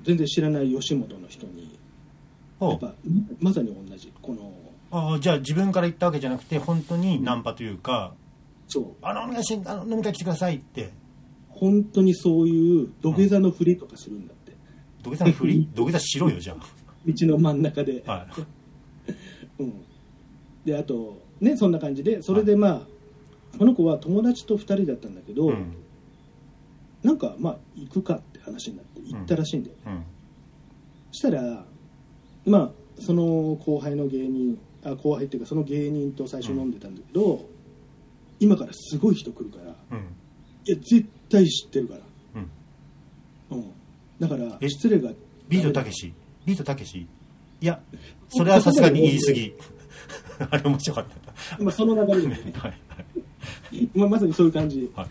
Speaker 2: 全然知らない吉本の人にや
Speaker 1: お
Speaker 2: っぱまさに同じこの
Speaker 1: ああじゃあ自分から言ったわけじゃなくて本当にナンパというか
Speaker 2: そう
Speaker 1: 「あのお願いしあの飲み会来てください」って
Speaker 2: 本当にそういう土下座の振りとかするんだって、
Speaker 1: 土下座の振 り土下座しろよじゃ
Speaker 2: 道の真ん中で、
Speaker 1: あはい
Speaker 2: うん、であとねそんな感じでそれでまあ、この子は友達と2人だったんだけど、
Speaker 1: うん
Speaker 2: なんかまあ行くかって話になって行ったらしいんだよ、
Speaker 1: うん
Speaker 2: そしたらまあその後輩の芸人あ後輩っていうかその芸人と最初飲んでたんだけど、今からすごい人来るからい
Speaker 1: うん
Speaker 2: や絶対知ってるから、
Speaker 1: うん
Speaker 2: うん、だから
Speaker 1: え
Speaker 2: 失礼が
Speaker 1: ビートたけしビートたけしいやそれはさすがに言い過ぎあれ面白かっ
Speaker 2: まあ、その流れでね、
Speaker 1: たはい
Speaker 2: まあ、まさにそういう感じ
Speaker 1: は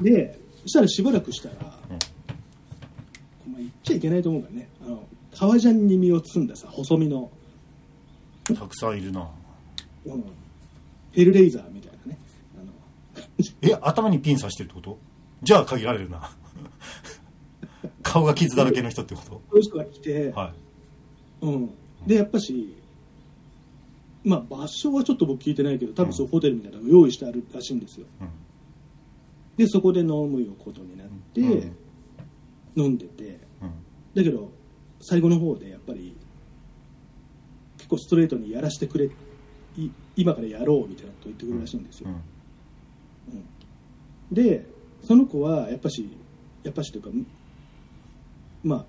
Speaker 1: い
Speaker 2: でそしたらしばらくしたら、
Speaker 1: うん
Speaker 2: まあ、言っちゃいけないと思うからねあの革ジャンに身を包んださ細身の、
Speaker 1: たくさんいるな
Speaker 2: うん、ヘルレイザーみたいなねあの
Speaker 1: え頭にピン刺してるってことじゃあ限られるな顔が傷だらけの人ってこ
Speaker 2: そういう人が来て、
Speaker 1: とはい
Speaker 2: うん、でやっぱしまあ場所はちょっと僕聞いてないけど多分そうホテルみたいなのを用意してあるらしいんですよ
Speaker 1: うん
Speaker 2: でそこで飲むよことになって、
Speaker 1: うん
Speaker 2: 飲んでて
Speaker 1: うん
Speaker 2: だけど最後の方でやっぱり結構ストレートにやらせてくれい今からやろうみたいなことを言ってくるらしいんですよ、
Speaker 1: うん
Speaker 2: でその子はやっぱしやっぱしというかまあ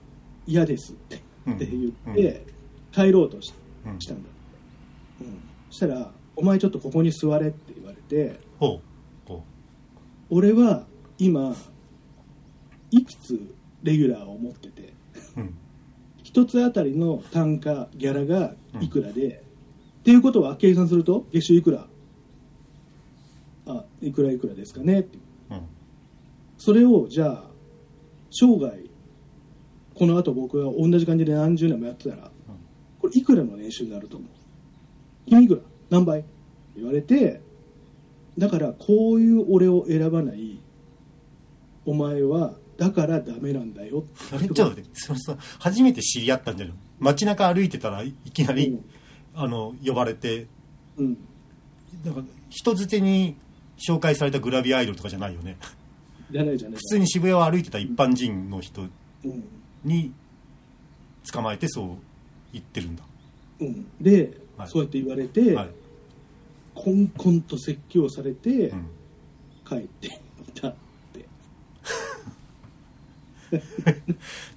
Speaker 2: 嫌ですって
Speaker 1: うん
Speaker 2: って言って、帰ろうとし
Speaker 1: うん
Speaker 2: したんだ、うん、したら「お前ちょっとここに座れ」って言われて
Speaker 1: ほうほ
Speaker 2: 「俺は今いくつレギュラーを持ってて
Speaker 1: ううん
Speaker 2: 一つあたりの単価ギャラがいくらで、っていうことは計算すると月収いくらあいくらいくらですかねって
Speaker 1: うん
Speaker 2: それをじゃあ生涯この後僕が同じ感じで何十年もやってたらこれいくらの年収になると思う君いくら何倍言われてだからこういう俺を選ばないお前はだからダメなんだよ
Speaker 1: あれちょっと待ってそのさ初めて知り合ったんじゃない街中歩いてたらいきなり、
Speaker 2: うん
Speaker 1: あの呼ばれて
Speaker 2: うん
Speaker 1: なんか人づてに紹介されたグラビアアイドルとかじゃないよね
Speaker 2: じゃないじゃない
Speaker 1: 普通に渋谷を歩いてた一般人の人
Speaker 2: うん
Speaker 1: に捕まえてそう言ってるんだ、
Speaker 2: うん、で、
Speaker 1: はい
Speaker 2: そうやって言われて、
Speaker 1: はい、
Speaker 2: コンコンと説教されて、
Speaker 1: うん、
Speaker 2: 帰ってきたって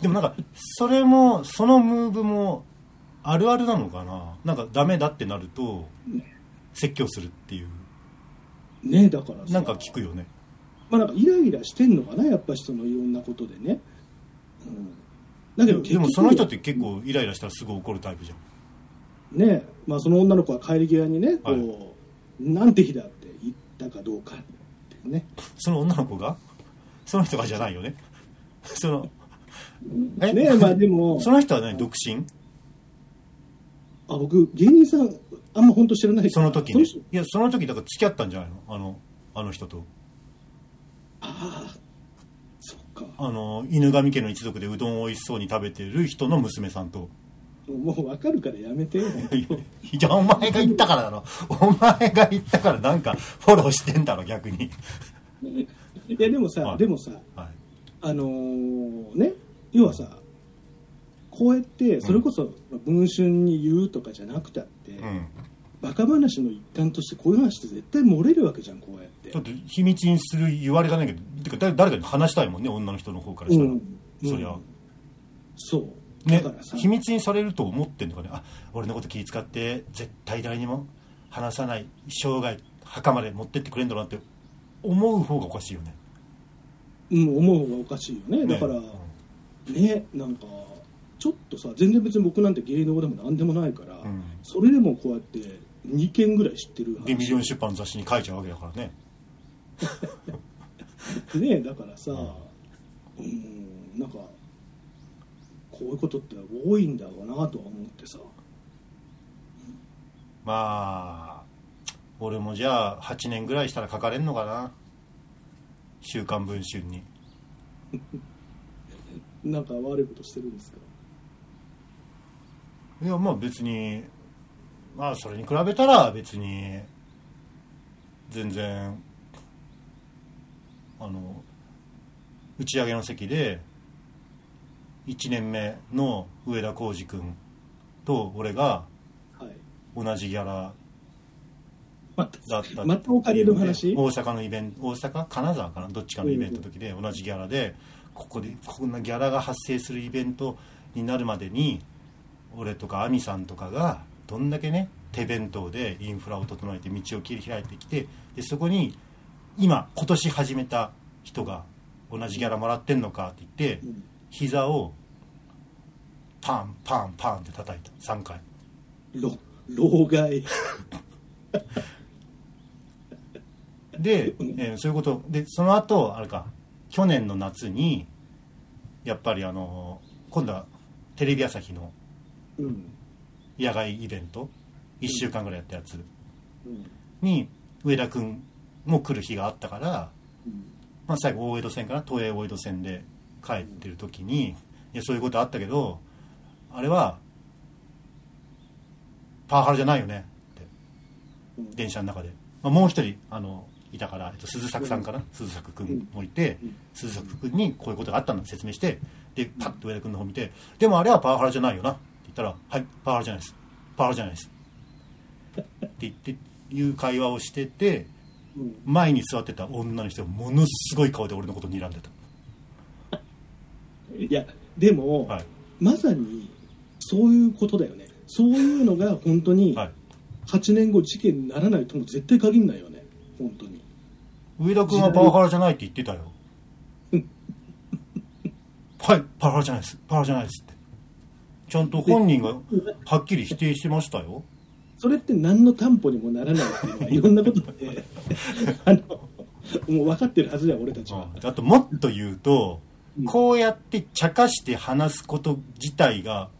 Speaker 1: でもなんかそれもそのムーブもあるあるなのかななんかダメだってなると説教するっていう
Speaker 2: ねだからさ
Speaker 1: なんか聞くよね
Speaker 2: まあなんかイライラしてんのかなやっぱしそのいろんなことでね、うん、だけ
Speaker 1: で
Speaker 2: ど
Speaker 1: でもその人ってて結構イライラしたらすぐ怒るタイプじゃん
Speaker 2: ねまあその女の子は帰り際にねこう、
Speaker 1: は
Speaker 2: なんて日だって言ったかどうかっていうね
Speaker 1: その女の子がその人がじゃないよね そのえ
Speaker 2: ねまあでも
Speaker 1: その人は何独身
Speaker 2: あ僕芸人さんあんま本当知らないから
Speaker 1: その時
Speaker 2: の
Speaker 1: ね
Speaker 2: 人
Speaker 1: いやその時だから付き合ったんじゃないのあのあの人と
Speaker 2: ああそっか
Speaker 1: あの犬神家の一族でうどんを美味しそうに食べてる人の娘さんと
Speaker 2: もう分かるからやめてよ本当に
Speaker 1: いやお前が言ったからだろお前が言ったからなんかフォローしてんだろ逆に
Speaker 2: いやでもさ、
Speaker 1: はい
Speaker 2: でもさ
Speaker 1: はい
Speaker 2: あのーね要はさこうやってそれこそ文春に言うとかじゃなくたって、
Speaker 1: うん
Speaker 2: バカ話の一環としてこういう話って絶対漏れるわけじゃんこうやって
Speaker 1: ちょっと秘密にする言われがないけどてか誰誰かに話したいもんね女の人の方からしたら、
Speaker 2: うん
Speaker 1: そりゃ、
Speaker 2: うんそう
Speaker 1: ね
Speaker 2: だからさ、
Speaker 1: 秘密にされると思ってんのかねあ俺のこと気遣って絶対誰にも話さない生涯墓まで持ってってくれんだろうなって思う方がおかしいよね
Speaker 2: うん、思う方がおかしいよね
Speaker 1: ね
Speaker 2: だから
Speaker 1: うん
Speaker 2: ねなんかちょっとさ全然別に僕なんて芸能でも何でもないから、
Speaker 1: うん
Speaker 2: それでもこうやって2件ぐらい知ってる
Speaker 1: でミ
Speaker 2: 話
Speaker 1: リオン出版の雑誌に書いちゃうわけだからね
Speaker 2: ねだからさ、うん、なんかこういうことって多いんだろうなとは思ってさ
Speaker 1: まあ俺もじゃあ8年ぐらいしたら書かれんのかな「週刊文春に」
Speaker 2: なんか悪いことしてるんですか
Speaker 1: いやまあ別にまあそれに比べたら別に全然あの打ち上げの席で1年目の上田浩二君と俺が
Speaker 2: はい
Speaker 1: 同じギャラ
Speaker 2: また
Speaker 1: だった
Speaker 2: またお金の話
Speaker 1: 大阪のイベント大阪金沢かなどっちかのイベントの時で同じギャラでここでこんなギャラが発生するイベントになるまでに俺とか亜美さんとかがどんだけね手弁当でインフラを整えて道を切り開いてきてでそこに今今年始めた人が同じギャラもらってんのかって言って
Speaker 2: うん
Speaker 1: 膝をパンパンパンって叩いた3回
Speaker 2: ろ老害
Speaker 1: で、えーそういうことでその後あれか去年の夏にやっぱりあの今度はテレビ朝日の
Speaker 2: うん
Speaker 1: 野外イベント1週間ぐらいやったやつ
Speaker 2: うん
Speaker 1: に上田君も来る日があったから、まあ、最後大江戸線かな東映大江戸線で帰ってる時にいやそういうことあったけどあれはパワハラじゃないよねって
Speaker 2: うん
Speaker 1: 電車の中で、まあ、もう一人あのいたから、えっと、鈴作さんかな、鈴作君もいて、
Speaker 2: うん
Speaker 1: 鈴作君にこういうことがあったのを説明してでパッと上田君の方見て「でもあれはパワハラじゃないよな」って言ったら「はいパワハラじゃないですパワハラじゃないです」って言っていう会話をしてて
Speaker 2: うん
Speaker 1: 前に座ってた女の人がものすごい顔で俺のこと睨んで
Speaker 2: いやでも、
Speaker 1: たはい
Speaker 2: まさにそういうことだよねそういうのが本当に
Speaker 1: はい
Speaker 2: 8年後事件にならないとも絶対限んないよね本当に
Speaker 1: 上田君はパワハラじゃないって言ってたよはいパワハラじゃないですパワハラじゃないですってちゃんと本人がはっきり否定してましたよ
Speaker 2: それって何の担保にもならないっていうのはいろんなこと であのもう分かってるはずだよ俺たちは、
Speaker 1: あともっと言うと、
Speaker 2: うん
Speaker 1: こうやって茶化して話すこと自体が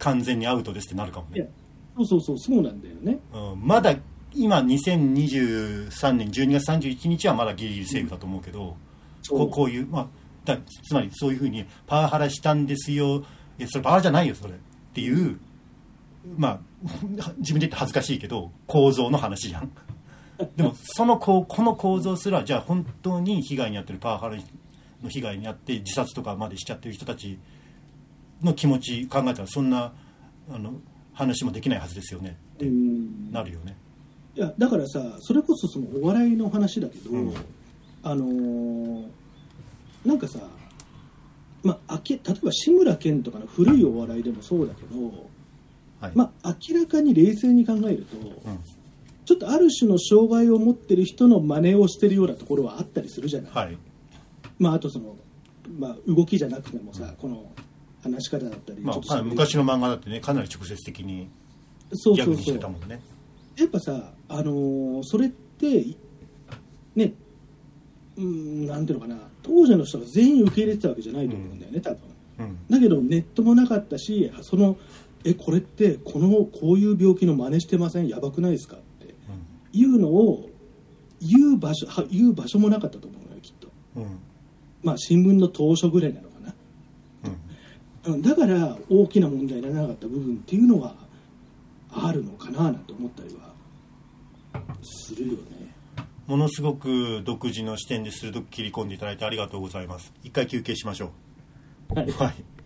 Speaker 1: 完全にアウトですってなるかも
Speaker 2: いや
Speaker 1: ね、
Speaker 2: そうそうそうそうなんだよね
Speaker 1: うん、まだ今2023年12月31日はまだギリギリセーフだと思うけど、
Speaker 2: そう
Speaker 1: こうこういう、まあ、だつまりそういうふうにパワハラしたんですよいやそれパワハラじゃないよそれっていうまあ 自分で言って恥ずかしいけど構造の話じゃんでもそのこうこの構造すらじゃあ本当に被害に遭ってるパワハラの被害に遭って自殺とかまでしちゃってる人たちの気持ち考えたらそんなあの話もできないはずですよねって
Speaker 2: うん
Speaker 1: なるよね
Speaker 2: いやだからさそれこそそのお笑いの話だけど、
Speaker 1: うん
Speaker 2: あのーなんかさ、まあ、あけ例えば志村けんとかの古いお笑いでもそうだけど、
Speaker 1: はい、
Speaker 2: まあ、明らかに冷静に考えると、
Speaker 1: うん、
Speaker 2: ちょっとある種の障害を持ってる人の真似をしてるようなところはあったりするじゃない、
Speaker 1: はい
Speaker 2: まあ、あとその、まあ、動きじゃなくてもさこの話し方だったり、
Speaker 1: まあ
Speaker 2: ちょっと
Speaker 1: かなり昔の漫画だってねかなり直接的に
Speaker 2: そう
Speaker 1: ギャ
Speaker 2: そ
Speaker 1: グ
Speaker 2: う
Speaker 1: にし
Speaker 2: そう
Speaker 1: てたもんね
Speaker 2: やっぱさ、あのーそれってねうんなんていうのかな当時の人が全員受け入れてたわけじゃないと思うんだよね、多分
Speaker 1: うん
Speaker 2: だけどネットもなかったしそのえこれってこのこういう病気の真似してませんやばくないですかっていうのを言う場所は言う場所もなかったと思うのよきっと
Speaker 1: うんうん
Speaker 2: まあ新聞の当初ぐらいなのかな
Speaker 1: うん
Speaker 2: うんだから大きな問題にならなかった部分っていうのはあるのかななんて思ったりはするよね
Speaker 1: ものすごく独自の視点で鋭く切り込んでいただいてありがとうございます一回休憩しましょうはい